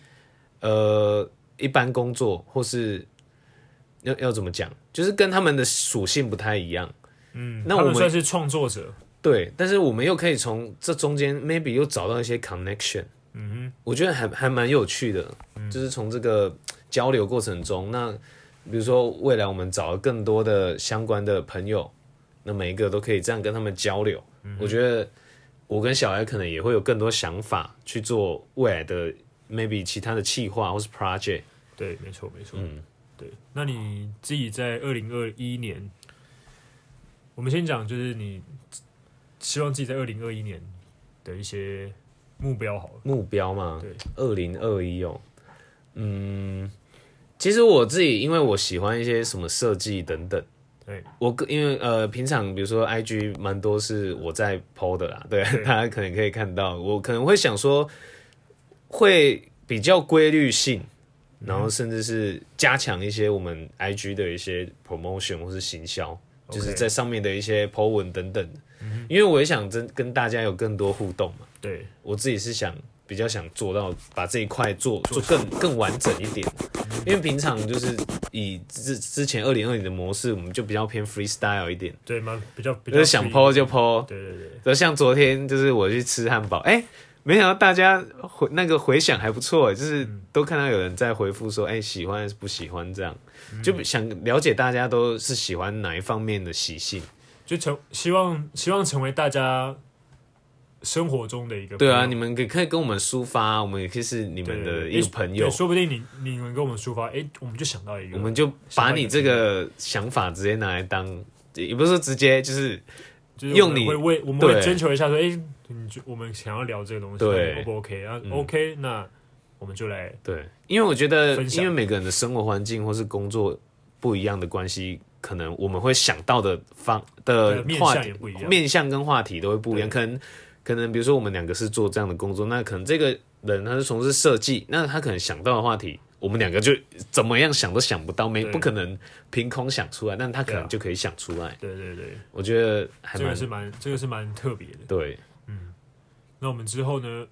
Speaker 2: 呃一般工作或是。要要怎么讲？就是跟他们的属性不太一样，
Speaker 1: 嗯，
Speaker 2: 那
Speaker 1: 他
Speaker 2: 我们
Speaker 1: 算是创作者，
Speaker 2: 对，但是我们又可以从这中间 maybe 又找到一些 connection，嗯哼，嗯我觉得还还蛮有趣的，就是从这个交流过程中，那比如说未来我们找了更多的相关的朋友，那每一个都可以这样跟他们交流，我觉得我跟小孩可能也会有更多想法去做未来的 maybe 其他的企划或是 project，
Speaker 1: 对，没错没错，
Speaker 2: 嗯
Speaker 1: 对。那你自己在二零二一年，我们先讲就是你希望自己在二零二一年的一些目标好了，
Speaker 2: 目标嘛，
Speaker 1: 对，
Speaker 2: 二零二一哦，嗯，其实我自己因为我喜欢一些什么设计等等，
Speaker 1: 对，
Speaker 2: 我个因为呃平常比如说 IG 蛮多是我在 PO 的啦，对，
Speaker 1: 对
Speaker 2: 大家可能可以看到，我可能会想说会比较规律性，然后甚至是加强一些我们 IG 的一些 promotion 或是行销，
Speaker 1: OK 嗯
Speaker 2: 就是在上面的一些 PO 文等等的，因为我也想真跟大家有更多互动嘛。
Speaker 1: 对，
Speaker 2: 我自己是想比较想做到把这一块做做更更完整一点，因为平常就是以之之前二零二零的模式，我们就比较偏 freestyle 一点，
Speaker 1: 对，蛮比较比
Speaker 2: 就
Speaker 1: 较
Speaker 2: 是想
Speaker 1: free，
Speaker 2: PO 就 PO。
Speaker 1: 对对对，
Speaker 2: 然后像昨天就是我去吃汉堡，哎、没想到大家回那个回响还不错，欸就是都看到有人在回复说，哎、喜欢还是不喜欢这样，就想了解大家都是喜欢哪一方面的习性。
Speaker 1: 就成希望希望成为大家生活中的一个
Speaker 2: 对
Speaker 1: 朋
Speaker 2: 啊，
Speaker 1: 友
Speaker 2: 你们可以可以跟我们抒发，我们也可以是你
Speaker 1: 对
Speaker 2: 们
Speaker 1: 对
Speaker 2: 的
Speaker 1: 对
Speaker 2: 一个
Speaker 1: 也
Speaker 2: 朋友
Speaker 1: 对，说不定你你们跟我们抒发，哎、我们就想到一个，
Speaker 2: 我们就把你这个想法直接拿来当，也不是说直接，就是
Speaker 1: 就是
Speaker 2: 用
Speaker 1: 我们
Speaker 2: 你
Speaker 1: 会为我们会
Speaker 2: 对
Speaker 1: 征求一下说，哎、你就我们想要聊这个东西，
Speaker 2: 对嗯
Speaker 1: ，O 不 OK？啊、OK，那我们就来，
Speaker 2: 对，因为我觉得，
Speaker 1: 分享
Speaker 2: 因为每个人的生活环境或是工作不一样的关系，可能我们会想到的方的
Speaker 1: 对面
Speaker 2: 话
Speaker 1: 向
Speaker 2: 题
Speaker 1: 也不一样
Speaker 2: 面向跟话题都会不一样。可能可能比如说我们两个是做这样的工作，那可能这个人他是从事设计，那他可能想到的话题。我们两个就怎么样想都想不到，没
Speaker 1: 对
Speaker 2: 不可能凭空想出来，但他可
Speaker 1: 对
Speaker 2: 能
Speaker 1: 啊
Speaker 2: 就可以想出来。
Speaker 1: 对对对，
Speaker 2: 我觉得还
Speaker 1: 这个
Speaker 2: 蛮
Speaker 1: 是蛮这个是蛮特别的。
Speaker 2: 对，
Speaker 1: 那我们之后呢，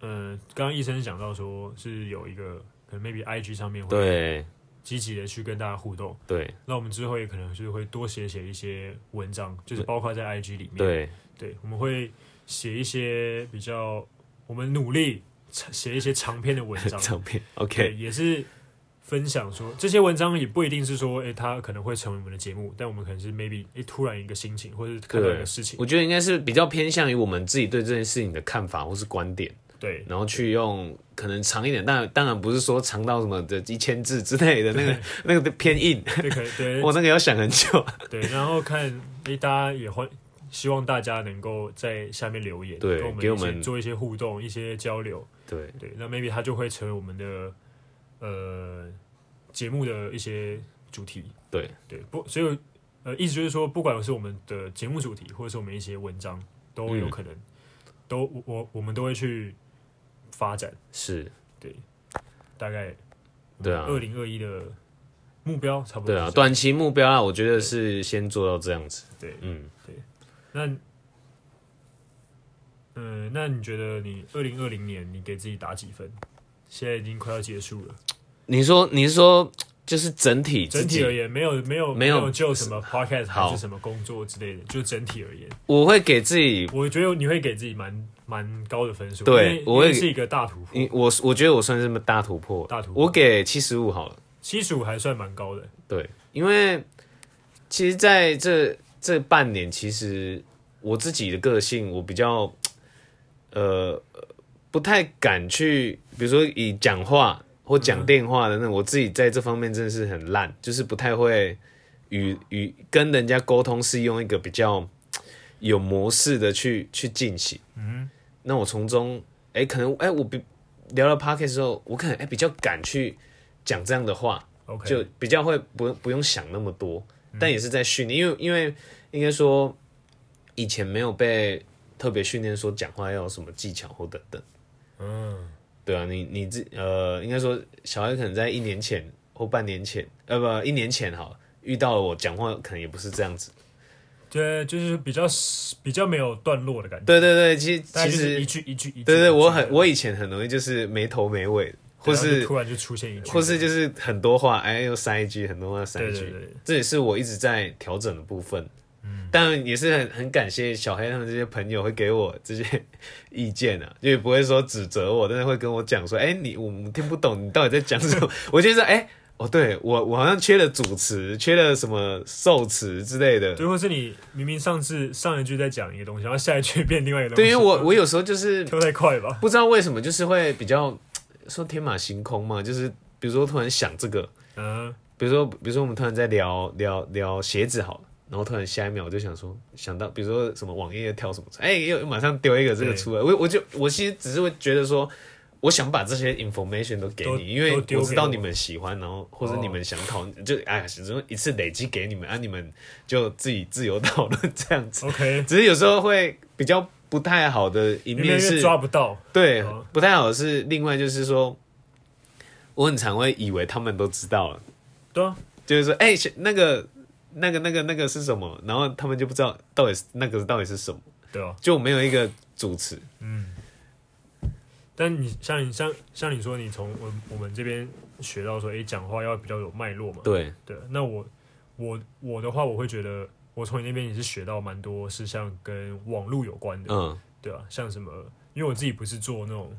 Speaker 1: 呃，刚刚医生讲到说是有一个可能 maybe IG 上面会
Speaker 2: 对
Speaker 1: 积极的去跟大家互动，
Speaker 2: 对
Speaker 1: 那我们之后也可能是会多写写一些文章，就是包括在 IG 里面，
Speaker 2: 对
Speaker 1: 对，我们会写一些比较，我们努力写一些长篇的文 章，
Speaker 2: 照片
Speaker 1: 对，
Speaker 2: ，OK，
Speaker 1: 也是分享说这些文章也不一定是说，诶，它可能会成为我们的节目，但我们可能是 maybe 诶，突然一个心情，或者是看到一
Speaker 2: 对
Speaker 1: 个事情，
Speaker 2: 我觉得应该是比较偏向于我们自己对这件事情的看法或是观点，
Speaker 1: 对
Speaker 2: 然后去用可能长一点，但当然不是说长到什么的一千字之类的那 个那个偏硬，
Speaker 1: 对，可以对
Speaker 2: 我那个要想很久。
Speaker 1: 对，然后看诶，大家也欢。希望大家能够在下面留言，
Speaker 2: 对
Speaker 1: 跟
Speaker 2: 给我
Speaker 1: 一起
Speaker 2: 们
Speaker 1: 做一些互动、一些交流，
Speaker 2: 对
Speaker 1: 对，那 maybe 它就会成为我们的呃节目的一些主题，
Speaker 2: 对
Speaker 1: 对，不，所以呃，意思就是说，不管是我们的节目主题，或者是我们一些文章，都有
Speaker 2: 嗯
Speaker 1: 可能，都我我我们都会去发展。
Speaker 2: 是，
Speaker 1: 大概
Speaker 2: 对啊
Speaker 1: 二零二一的目标差不多是
Speaker 2: 对
Speaker 1: 这
Speaker 2: 啊，
Speaker 1: 样。
Speaker 2: 短期目标啊，我觉得是先做到这样子。
Speaker 1: 对
Speaker 2: 嗯，
Speaker 1: 那嗯、那你觉得你二零二零年你给自己打几分？现在已经快要结束了，
Speaker 2: 你说你是说就是整体自
Speaker 1: 整
Speaker 2: 己
Speaker 1: 体而言，没有没有
Speaker 2: 没有
Speaker 1: 就什么 podcast 还
Speaker 2: 好
Speaker 1: 是什么工作之类的，就整体而言，
Speaker 2: 我会给自己，
Speaker 1: 我觉得你会给自己蛮蛮高的分数，
Speaker 2: 对
Speaker 1: 因为
Speaker 2: 我会
Speaker 1: 因为是一个大突
Speaker 2: 你
Speaker 1: 破，
Speaker 2: 我我觉得我算是大突破，
Speaker 1: 大突破
Speaker 2: 我给七十五好了。
Speaker 1: 七十五还算蛮高的，
Speaker 2: 对，因为其实在这这半年，其实我自己的个性，我比较呃不太敢去，比如说以讲话或讲电话的那种，我自己在这方面真的是很烂，就是不太会与与跟人家沟通是用一个比较有模式的去去进行。嗯，那我从中哎、可能哎、我比聊了 p o c k e t 之后，我可能哎、比较敢去讲这样的话。
Speaker 1: OK，嗯
Speaker 2: 就比较会不不用想那么多，但也是在训练，因为因为应该说以前没有被特别训练说讲话要有什么技巧或等等，
Speaker 1: 嗯，
Speaker 2: 对啊，你你自呃应该说小孩可能在一年前或半年前，呃不一年前好了遇到了我讲话可能也不是这样子，
Speaker 1: 对，就是比较比较没有段落的感觉，
Speaker 2: 对对对，其实
Speaker 1: 大概
Speaker 2: 其
Speaker 1: 就
Speaker 2: 实
Speaker 1: 是一句一句一句，
Speaker 2: 对
Speaker 1: 一句
Speaker 2: 对，我很我以前很容易就是没头没尾的，或
Speaker 1: 然后就是突然就出现一句，
Speaker 2: 或是就是很多话，哎，又塞一句，很多话塞一句，
Speaker 1: 对对对
Speaker 2: 这也是我一直在调整的部分。嗯，但也是很很感谢小黑他们这些朋友会给我这些 意见啊，就也不会说指责我，但是会跟我讲说，哎、你我们听不懂你到底在讲什么， 我就说，哎、哦，对我我好像缺了主词，缺了什么受词之类的，
Speaker 1: 对，或是你明明上次上一句在讲一个东西，然后下一句变另外一个东
Speaker 2: 对，
Speaker 1: 西，
Speaker 2: 因 为我我有时候就是
Speaker 1: 跳太快吧，
Speaker 2: 不知道为什么，就是会比较说天马行空嘛，就是比如说突然想这个，
Speaker 1: 嗯，
Speaker 2: 比如说，比如说我们突然在聊聊聊鞋子好了，然后突然下一秒我就想说，想到比如说什么网页跳什么，哎、又又马上丢一个这个出来，我我就我其实只是会觉得说，我想把这些 information 都给
Speaker 1: 都
Speaker 2: 你，因为
Speaker 1: 都丢
Speaker 2: 我
Speaker 1: 给
Speaker 2: 知道
Speaker 1: 我
Speaker 2: 你们喜欢，然后或者
Speaker 1: 哦
Speaker 2: 你们想讨，就哎呀，只是一次累积给你们，啊，你们就自己自由讨论 这样子，
Speaker 1: OK，
Speaker 2: 只是有时候会比较不太好的一
Speaker 1: 因为
Speaker 2: 面是
Speaker 1: 抓不到，
Speaker 2: 对
Speaker 1: 哦，
Speaker 2: 不太好的是另外就是说，我很常会以为他们都知道了。
Speaker 1: 对啊，
Speaker 2: 就是说，哎、那个、那个、那个、那个是什么？然后他们就不知道到底是那个到底是什么，
Speaker 1: 对啊。
Speaker 2: 就没有一个主持。
Speaker 1: 但你像你像像你说，你从我我们这边学到说，诶，讲话要比较有脉络嘛。
Speaker 2: 对，
Speaker 1: 对，那我我我的话，我会觉得我从你那边也是学到蛮多是像跟网络有关的，
Speaker 2: 嗯，
Speaker 1: 对啊，像什么，因为我自己不是做那种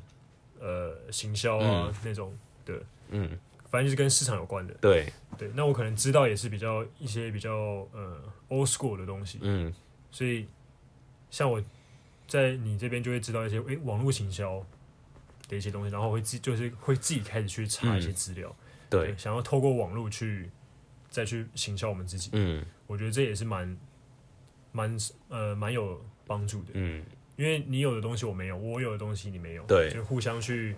Speaker 1: 呃行销啊、那种的，
Speaker 2: 嗯，
Speaker 1: 反正就是跟市场有关的。
Speaker 2: 对，
Speaker 1: 对，那我可能知道也是比较一些比较呃 old school 的东西，
Speaker 2: 嗯，
Speaker 1: 所以像我在你这边就会知道一些诶、网络行销的一些东西，然后我会自就是会自己开始去查一些资料，
Speaker 2: 嗯对，
Speaker 1: 想要透过网络去再去行销我们自己，
Speaker 2: 嗯
Speaker 1: 我觉得这也是蛮蛮呃蛮有帮助的，
Speaker 2: 嗯，
Speaker 1: 因为你有的东西我没有，我有的东西你没有，
Speaker 2: 对
Speaker 1: 就互相去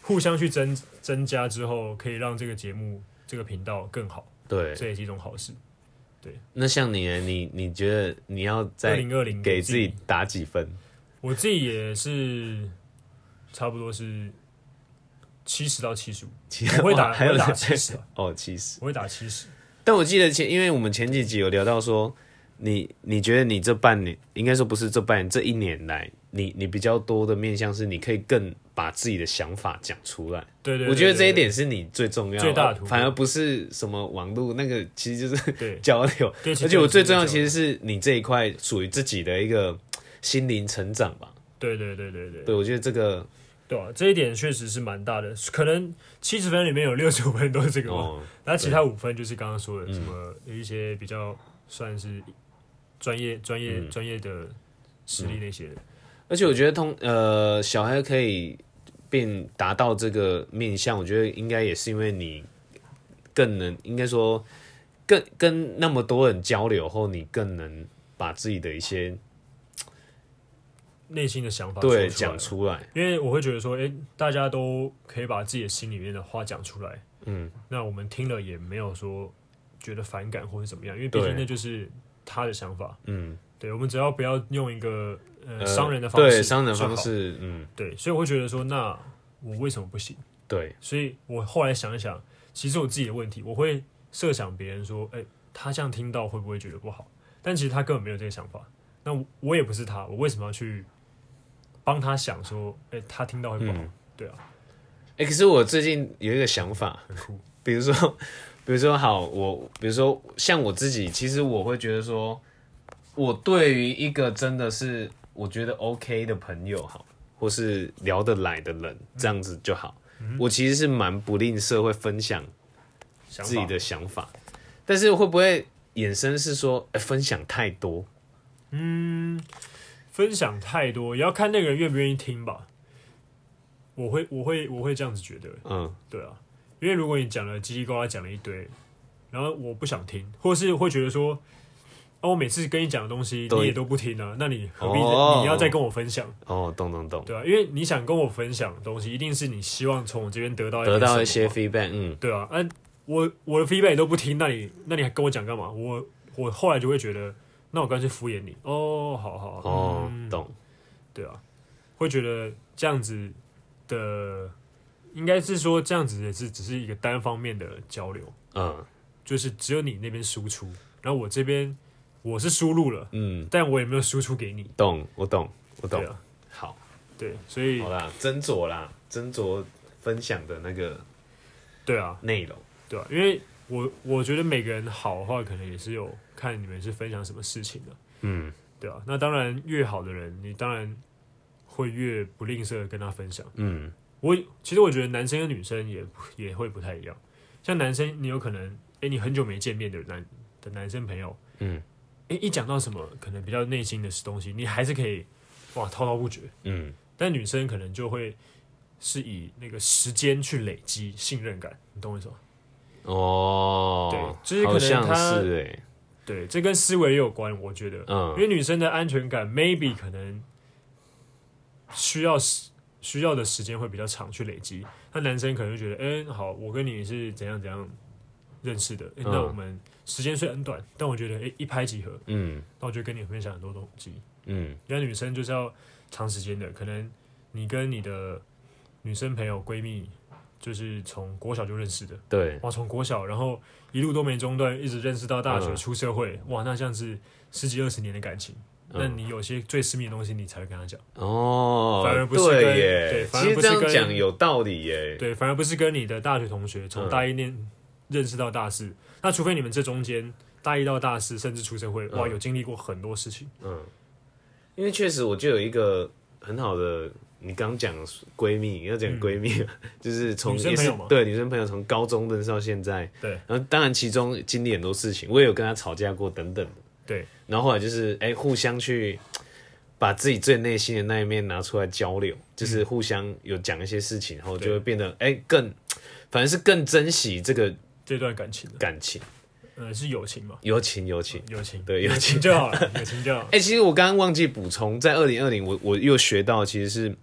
Speaker 1: 互相去增增加之后，可以让这个节目这个频道更好，
Speaker 2: 对。
Speaker 1: 这也是一种好事。
Speaker 2: 那像你呢，你你觉得你要
Speaker 1: 二
Speaker 2: 再
Speaker 1: 零二零
Speaker 2: 给自己打几分？
Speaker 1: 我自己也是差不多是七十到七 十五，
Speaker 2: 其
Speaker 1: 我会
Speaker 2: 哇
Speaker 1: 打
Speaker 2: 还
Speaker 1: 我
Speaker 2: 有
Speaker 1: 会打
Speaker 2: 打
Speaker 1: 七十， 啊
Speaker 2: 哦，七十。
Speaker 1: 我会打七十。
Speaker 2: 但我记得前，因为我们前几集有聊到说，你你觉得你这半年，应该说不是这半年，这一年来，你你比较多的面向是，你可以更把自己的想法讲出来。
Speaker 1: 对对对
Speaker 2: 我觉得这一点是你最重要的
Speaker 1: 最大的突破
Speaker 2: 反而不是什么网络那个，其实就是
Speaker 1: 对
Speaker 2: 交流。
Speaker 1: 对，
Speaker 2: 而且我最重要，
Speaker 1: 实
Speaker 2: 其实是你这一块属于自己的一个心灵成长吧。
Speaker 1: 对对对对对
Speaker 2: 对，我觉得这个
Speaker 1: 对啊，这一点确实是蛮大的，可能七十分里面有六十五分都是这个嘛，
Speaker 2: 哦，
Speaker 1: 那其他五分就是刚刚说
Speaker 2: 嗯
Speaker 1: 的什么一些比较算是专业专业
Speaker 2: 嗯
Speaker 1: 专业的实力那些的，
Speaker 2: 而且我觉得通呃，小黑可以并达到这个面向，我觉得应该也是因为你更能，应该说更跟那么多人交流后，你更能把自己的一些
Speaker 1: 内心的想法
Speaker 2: 对
Speaker 1: 说来
Speaker 2: 讲出来。
Speaker 1: 因为我会觉得说，哎、大家都可以把自己的心里面的话讲出来，嗯，那我们听了也没有说觉得反感或者怎么样，因为毕
Speaker 2: 对
Speaker 1: 竟那就是他的想法，
Speaker 2: 嗯，
Speaker 1: 对，我们只要不要用一个呃
Speaker 2: 呃
Speaker 1: 商人的方式，
Speaker 2: 对商人的方，式，嗯，
Speaker 1: 对，所以我会觉得说，那我为什么不行？
Speaker 2: 对，
Speaker 1: 所以我后来想一想，其实我自己的问题，我会设想别人说，哎、他这样听到会不会觉得不好？但其实他根本没有这个想法。那我我也不是他，我为什么要去帮他想说，哎、他听到会不好？
Speaker 2: 嗯
Speaker 1: 对啊，
Speaker 2: 哎、可是我最近有一个想法，
Speaker 1: 很酷。
Speaker 2: 比如说，比如说好，我比如说像我自己，其实我会觉得说，我对于一个真的是我觉得 OK 的朋友好，或是聊得来的人，这样子就好。
Speaker 1: 嗯
Speaker 2: 我其实是蛮不吝啬会分享
Speaker 1: 想法
Speaker 2: 自己的想法，但是会不会衍生是说、哎分享太多？
Speaker 1: 分享太多，也要看那个人愿不愿意听吧。我会，我会，我会这样子觉得，
Speaker 2: 嗯
Speaker 1: 对啊，因为如果你讲了叽叽呱呱讲了一堆，然后我不想听，或是会觉得说，啊，我每次跟你讲的东西
Speaker 2: 对
Speaker 1: 你也都不听啊，那你何必、
Speaker 2: 哦
Speaker 1: 你要再跟我分享，
Speaker 2: 哦，懂懂懂，
Speaker 1: 对啊，因为你想跟我分享的东西，一定是你希望从我这边得到
Speaker 2: 得到一
Speaker 1: 什么
Speaker 2: 些
Speaker 1: 嘛，
Speaker 2: feedback，嗯，
Speaker 1: 对啊，啊，我我的 feedback 你都不听，那你那你还跟我讲干嘛？我我后来就会觉得，那我干脆敷衍你，哦，好好，
Speaker 2: 哦，
Speaker 1: 嗯
Speaker 2: 懂，
Speaker 1: 对啊，会觉得这样子的，应该是说这样子也是只是一个单方面的交流，
Speaker 2: 嗯
Speaker 1: 就是只有你那边输出，然后我这边我是输入了，
Speaker 2: 嗯，
Speaker 1: 但我也没有输出给你，
Speaker 2: 懂，我懂，我懂
Speaker 1: 对，啊，
Speaker 2: 好。
Speaker 1: 对，所以
Speaker 2: 好啦，斟酌啦，斟酌分享的那个
Speaker 1: 对啊，
Speaker 2: 内容。
Speaker 1: 对啊，因为我我觉得每个人好的话，可能也是有看你们是分享什么事情的，
Speaker 2: 嗯，
Speaker 1: 对啊，那当然越好的人，你当然会越不吝啬地跟他分享。
Speaker 2: 嗯，
Speaker 1: 我其实我觉得男生跟女生也不也会不太一样，像男生你有可能，哎、你很久没见面的男的男生朋友，
Speaker 2: 嗯，
Speaker 1: 哎、一讲到什么可能比较内心的东西，你还是可以哇滔滔不绝，
Speaker 2: 嗯，
Speaker 1: 但女生可能就会是以那个时间去累积信任感，你懂我意思吗？
Speaker 2: 哦，
Speaker 1: 对就是可
Speaker 2: 好
Speaker 1: 能
Speaker 2: 像
Speaker 1: 他
Speaker 2: 是哎、
Speaker 1: 对，这跟思维也有关，我觉得，
Speaker 2: 嗯
Speaker 1: 因为女生的安全感 maybe 可能需要时需要的时间会比较长去累积，那男生可能就觉得，嗯、好，我跟你是怎样怎样认识的，诶那
Speaker 2: 嗯
Speaker 1: 我们时间虽然很短，但我觉得，诶哎一拍即合，
Speaker 2: 嗯
Speaker 1: 那我就跟你分享很多东西。
Speaker 2: 嗯
Speaker 1: 那女生就是要长时间的，可能你跟你的女生朋友闺蜜就是从国小就认识的，
Speaker 2: 对，
Speaker 1: 哇，从国小，然后一路都没中断，一直认识到大学、
Speaker 2: 嗯
Speaker 1: 出社会，哇，那像是十几二十年的感情。
Speaker 2: 嗯
Speaker 1: 那你有些最私密的东西，你才会跟他讲，
Speaker 2: 哦，
Speaker 1: 反而不是跟
Speaker 2: 对耶，
Speaker 1: 对反而
Speaker 2: 其实
Speaker 1: 不是
Speaker 2: 这样
Speaker 1: 跟
Speaker 2: 讲有道理耶，
Speaker 1: 对，反而不是跟你的大学同学从
Speaker 2: 嗯
Speaker 1: 大一念认识到大四，那除非你们这中间大一到大四，甚至出社会，哇，
Speaker 2: 嗯
Speaker 1: 有经历过很多事情，
Speaker 2: 因为确实我就有一个很好的。你刚讲闺蜜，要讲闺蜜， 就是
Speaker 1: 嗯
Speaker 2: 从
Speaker 1: 女生
Speaker 2: 也是
Speaker 1: 朋友吗
Speaker 2: 对女生朋友从高中认识到现在，
Speaker 1: 对
Speaker 2: 然后当然其中经历很多事情，我也有跟她吵架过等等的，
Speaker 1: 对，
Speaker 2: 然后后来就是哎、互相去把自己最内心的那一面拿出来交流，就是互相有讲一些事情，然后就会变得哎、更，反正是更珍惜这个
Speaker 1: 这段感情的，
Speaker 2: 感情，
Speaker 1: 呃，是友情嘛，
Speaker 2: 友情友情，
Speaker 1: 友情，
Speaker 2: 对友
Speaker 1: 友
Speaker 2: 情
Speaker 1: 情。就好了，友情就 好了，
Speaker 2: 哎、其实我刚刚忘记补充，在二零二零，我我又学到其实是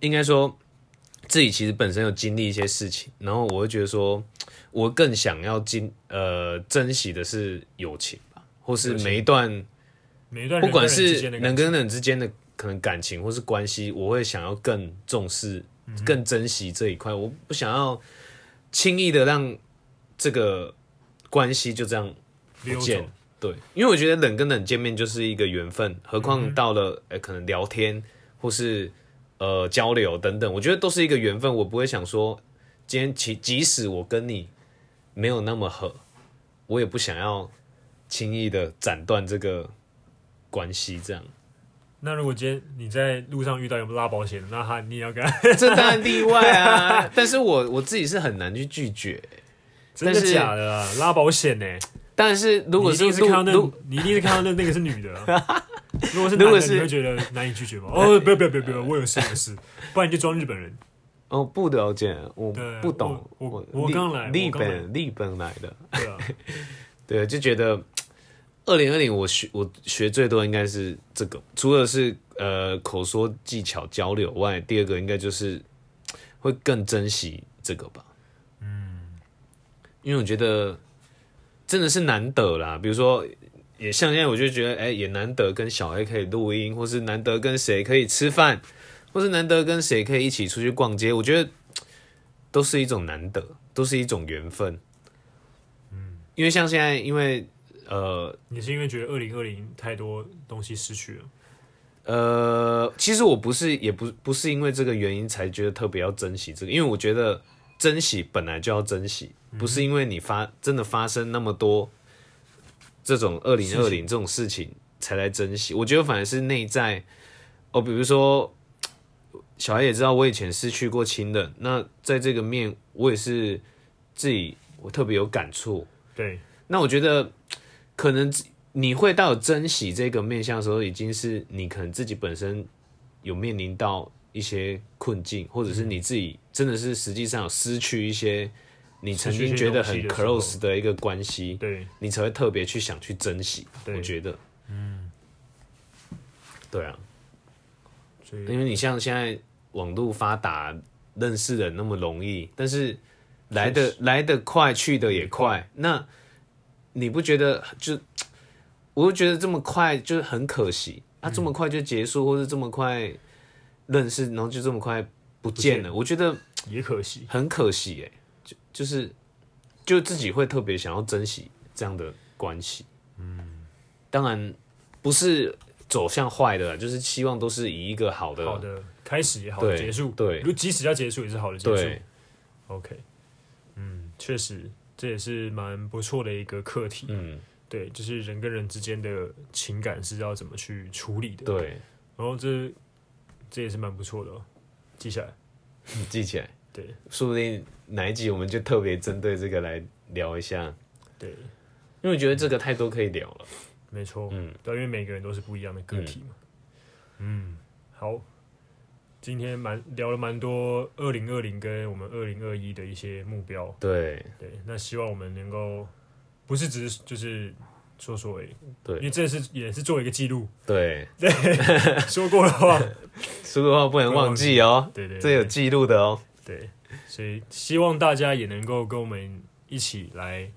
Speaker 2: 应该说自己其实本身有经历一些事情，然后我会觉得说，我更想要经呃珍惜的是友情吧，或是
Speaker 1: 友情
Speaker 2: 每一段。
Speaker 1: 每一段人
Speaker 2: 不管
Speaker 1: 跟人之
Speaker 2: 是
Speaker 1: 间的
Speaker 2: 人
Speaker 1: 感
Speaker 2: 跟人之间的可能感情或是关系，我会想要更重视、
Speaker 1: 嗯
Speaker 2: 更珍惜这一块。我不想要轻易的让这个关系就这样
Speaker 1: 情
Speaker 2: 不
Speaker 1: 溜
Speaker 2: 见
Speaker 1: 走，。
Speaker 2: 对，因为我觉得人跟人见面就是一个缘分，何
Speaker 1: 嗯
Speaker 2: 况到了、呃可能聊天或是呃交流等等，我觉得都是一个缘分。我不会想说今天即即使我跟你没有那么合，我也不想要轻易的斩断这个关系。这样，
Speaker 1: 那如果今天你在路上遇到有拉保险的，那他你也要跟 他，
Speaker 2: 这当然例外啊。但是我我自己是很难去拒绝。
Speaker 1: 真的
Speaker 2: 但是
Speaker 1: 假的啊？拉保险呢、
Speaker 2: 但是如果
Speaker 1: 你一定
Speaker 2: 是
Speaker 1: 是
Speaker 2: 路
Speaker 1: 看到那
Speaker 2: 路，
Speaker 1: 你一定是看到那那个是女的 啊。如果是
Speaker 2: 如
Speaker 1: 男
Speaker 2: 果
Speaker 1: 的，
Speaker 2: 是
Speaker 1: 你会觉得难以拒 绝吗？哦，不要不要不要不要，我有事有事，不然你就装日本人。
Speaker 2: 哦，不了解，我
Speaker 1: 对
Speaker 2: 不懂，
Speaker 1: 我我我刚来
Speaker 2: 日
Speaker 1: 我刚来
Speaker 2: 本日本来的，
Speaker 1: 对啊，
Speaker 2: 对，就觉得二零二零我学我学最多应该是这个，除了是呃口说技巧交流外，第二个应该就是会更珍惜这个吧。嗯，因为我觉得真的是难得啦，比如说。也像现在，我就觉得，哎、也难得跟小 A 可以录音，或是难得跟谁可以吃饭，或是难得跟谁可以一起出去逛街。我觉得都是一种难得，都是一种缘分。嗯，因为像现在，因为呃
Speaker 1: 你是因为觉得二零二零太多东西失去了，
Speaker 2: 呃，其实我不是也不不是因为这个原因才觉得特别要珍惜这个，因为我觉得珍惜本来就要珍惜，不是因为你发真的发生那么多这种二零二零这种事情才来珍惜。我觉得反而是内在哦，比如说小孩也知道我以前失去过亲人，那在这个面我也是自己我特别有感触。
Speaker 1: 对，
Speaker 2: 那我觉得可能你会到珍惜这个面向的时候，已经是你可能自己本身有面临到一些困境，或者是你自己真的是实际上有失去一些你曾经觉得很
Speaker 1: 失去一些东西
Speaker 2: close 的一个关系，
Speaker 1: 对，
Speaker 2: 你才会特别去想去珍惜。
Speaker 1: 对
Speaker 2: 我觉得，嗯，对啊，
Speaker 1: 所以
Speaker 2: 因为你像现在网络发达，认识人那么容易，但是来的来的快，去的也快，那你不觉得就？我就觉得这么快就是很可惜，啊，这么快就结束，或是这么快认识，然后就这么快不见了，我觉得
Speaker 1: 也可惜。
Speaker 2: 很可惜哎、就就是就自己会特别想要珍惜这样的关系。嗯，当然不是走向坏的啦，就是希望都是以一个好的
Speaker 1: 好的开始也好的
Speaker 2: 对
Speaker 1: 结束，
Speaker 2: 对
Speaker 1: 如果即使要结束也是好的结束
Speaker 2: 对。
Speaker 1: OK，嗯，确实这也是蛮不错的一个课题。
Speaker 2: 嗯，
Speaker 1: 对，就是人跟人之间的情感是要怎么去处理的。，
Speaker 2: 对，
Speaker 1: 然后这这也是蛮不错的、哦，记下来。
Speaker 2: 你记起来。
Speaker 1: 对，
Speaker 2: 说不定哪一集我们就特别针对这个来聊一下，
Speaker 1: 对，
Speaker 2: 因为我觉得这个太多可以聊了。
Speaker 1: 没错，
Speaker 2: 嗯，
Speaker 1: 对，因为每个人都是不一样的个体嘛。嗯，好，今天蛮聊了蛮多二零二零跟我们二零二一的一些目标。
Speaker 2: 对
Speaker 1: 对，那希望我们能够不是只是就是说说而已，因为
Speaker 2: 对
Speaker 1: 这是也是做一个记录，
Speaker 2: 对，
Speaker 1: 说过的话，
Speaker 2: 说的话不能忘记哦，
Speaker 1: 对对对
Speaker 2: 这有记录的哦。
Speaker 1: 对，所以希望大家也能够跟我们一起来，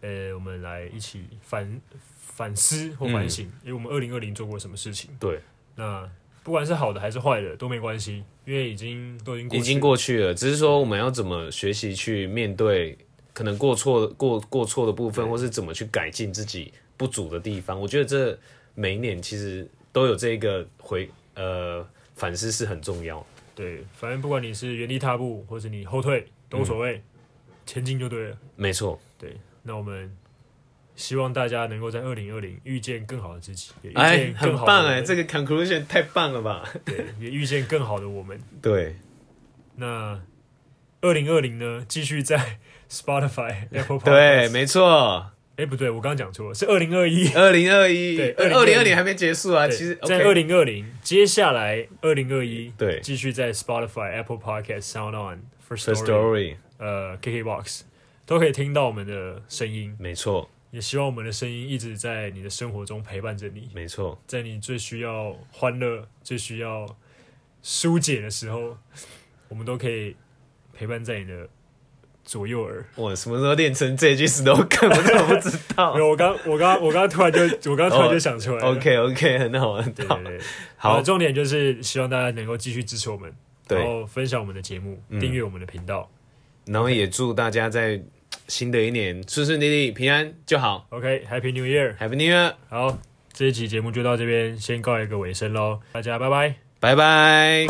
Speaker 1: 呃，我们来一起反反思或
Speaker 2: 嗯
Speaker 1: 反省，因为我们二零二零做过什么事情，
Speaker 2: 对，
Speaker 1: 那不管是好的还是坏的都没关系，因为已经都已经过
Speaker 2: 已经
Speaker 1: 去
Speaker 2: 过去了，只是说我们要怎么学习去面对可能过错过过错的部分，或是怎么去改进自己不足的地方。我觉得这每一年其实都有这个回呃反思是很重要的。
Speaker 1: 对，反正不管你是原地踏步或者你后退都无所谓，
Speaker 2: 嗯
Speaker 1: 前进就对了。
Speaker 2: 没错，
Speaker 1: 对，那我们希望大家能够在二零二零遇见更好的自己，也遇
Speaker 2: 哎
Speaker 1: 见，
Speaker 2: 很
Speaker 1: 更好的
Speaker 2: 棒
Speaker 1: 我
Speaker 2: 哎，
Speaker 1: 们
Speaker 2: 这个 conclusion 太棒了吧？
Speaker 1: 对，也遇见更好的我们。
Speaker 2: 对，
Speaker 1: 那二零二零呢，继续在 Spotify、Apple Podcast。
Speaker 2: 对，没错，
Speaker 1: 哎，不对，我刚刚讲错了，是二零二一。
Speaker 2: 二零二一，呃
Speaker 1: 对
Speaker 2: 二零二零还没结束啊，其实
Speaker 1: 对哎在
Speaker 2: OK，
Speaker 1: 二零二零，接下来二零二一，
Speaker 2: 对
Speaker 1: 继续在 Spotify、Apple Podcast、Sound On、First
Speaker 2: First
Speaker 1: Story、
Speaker 2: story，
Speaker 1: 呃 KKBox 都可以听到我们的声音。
Speaker 2: 没错，
Speaker 1: 也希望我们的声音一直在你的生活中陪伴着你，
Speaker 2: 没错，
Speaker 1: 在你最需要欢乐、最需要疏解的时候，我们都可以陪伴在你的左右耳。
Speaker 2: 我什么时候练成这句 slogan，我怎么不知道
Speaker 1: 没有，我刚我刚我刚突然就我刚突然就想出来了。
Speaker 2: 哦？OK OK，很 好，很
Speaker 1: 对
Speaker 2: 好
Speaker 1: 对。对，
Speaker 2: 好
Speaker 1: 呃重点就是希望大家能够继续支持我们，
Speaker 2: 对
Speaker 1: 然后分享我们的节目，订阅我们的频道。
Speaker 2: 然后也祝大家在新的一年顺顺利利、平安就好。
Speaker 1: OK，Happy、New Year！
Speaker 2: Happy New Year，
Speaker 1: 好，这一期节目就到这边，先告一个尾声喽，大家拜拜。
Speaker 2: 拜拜。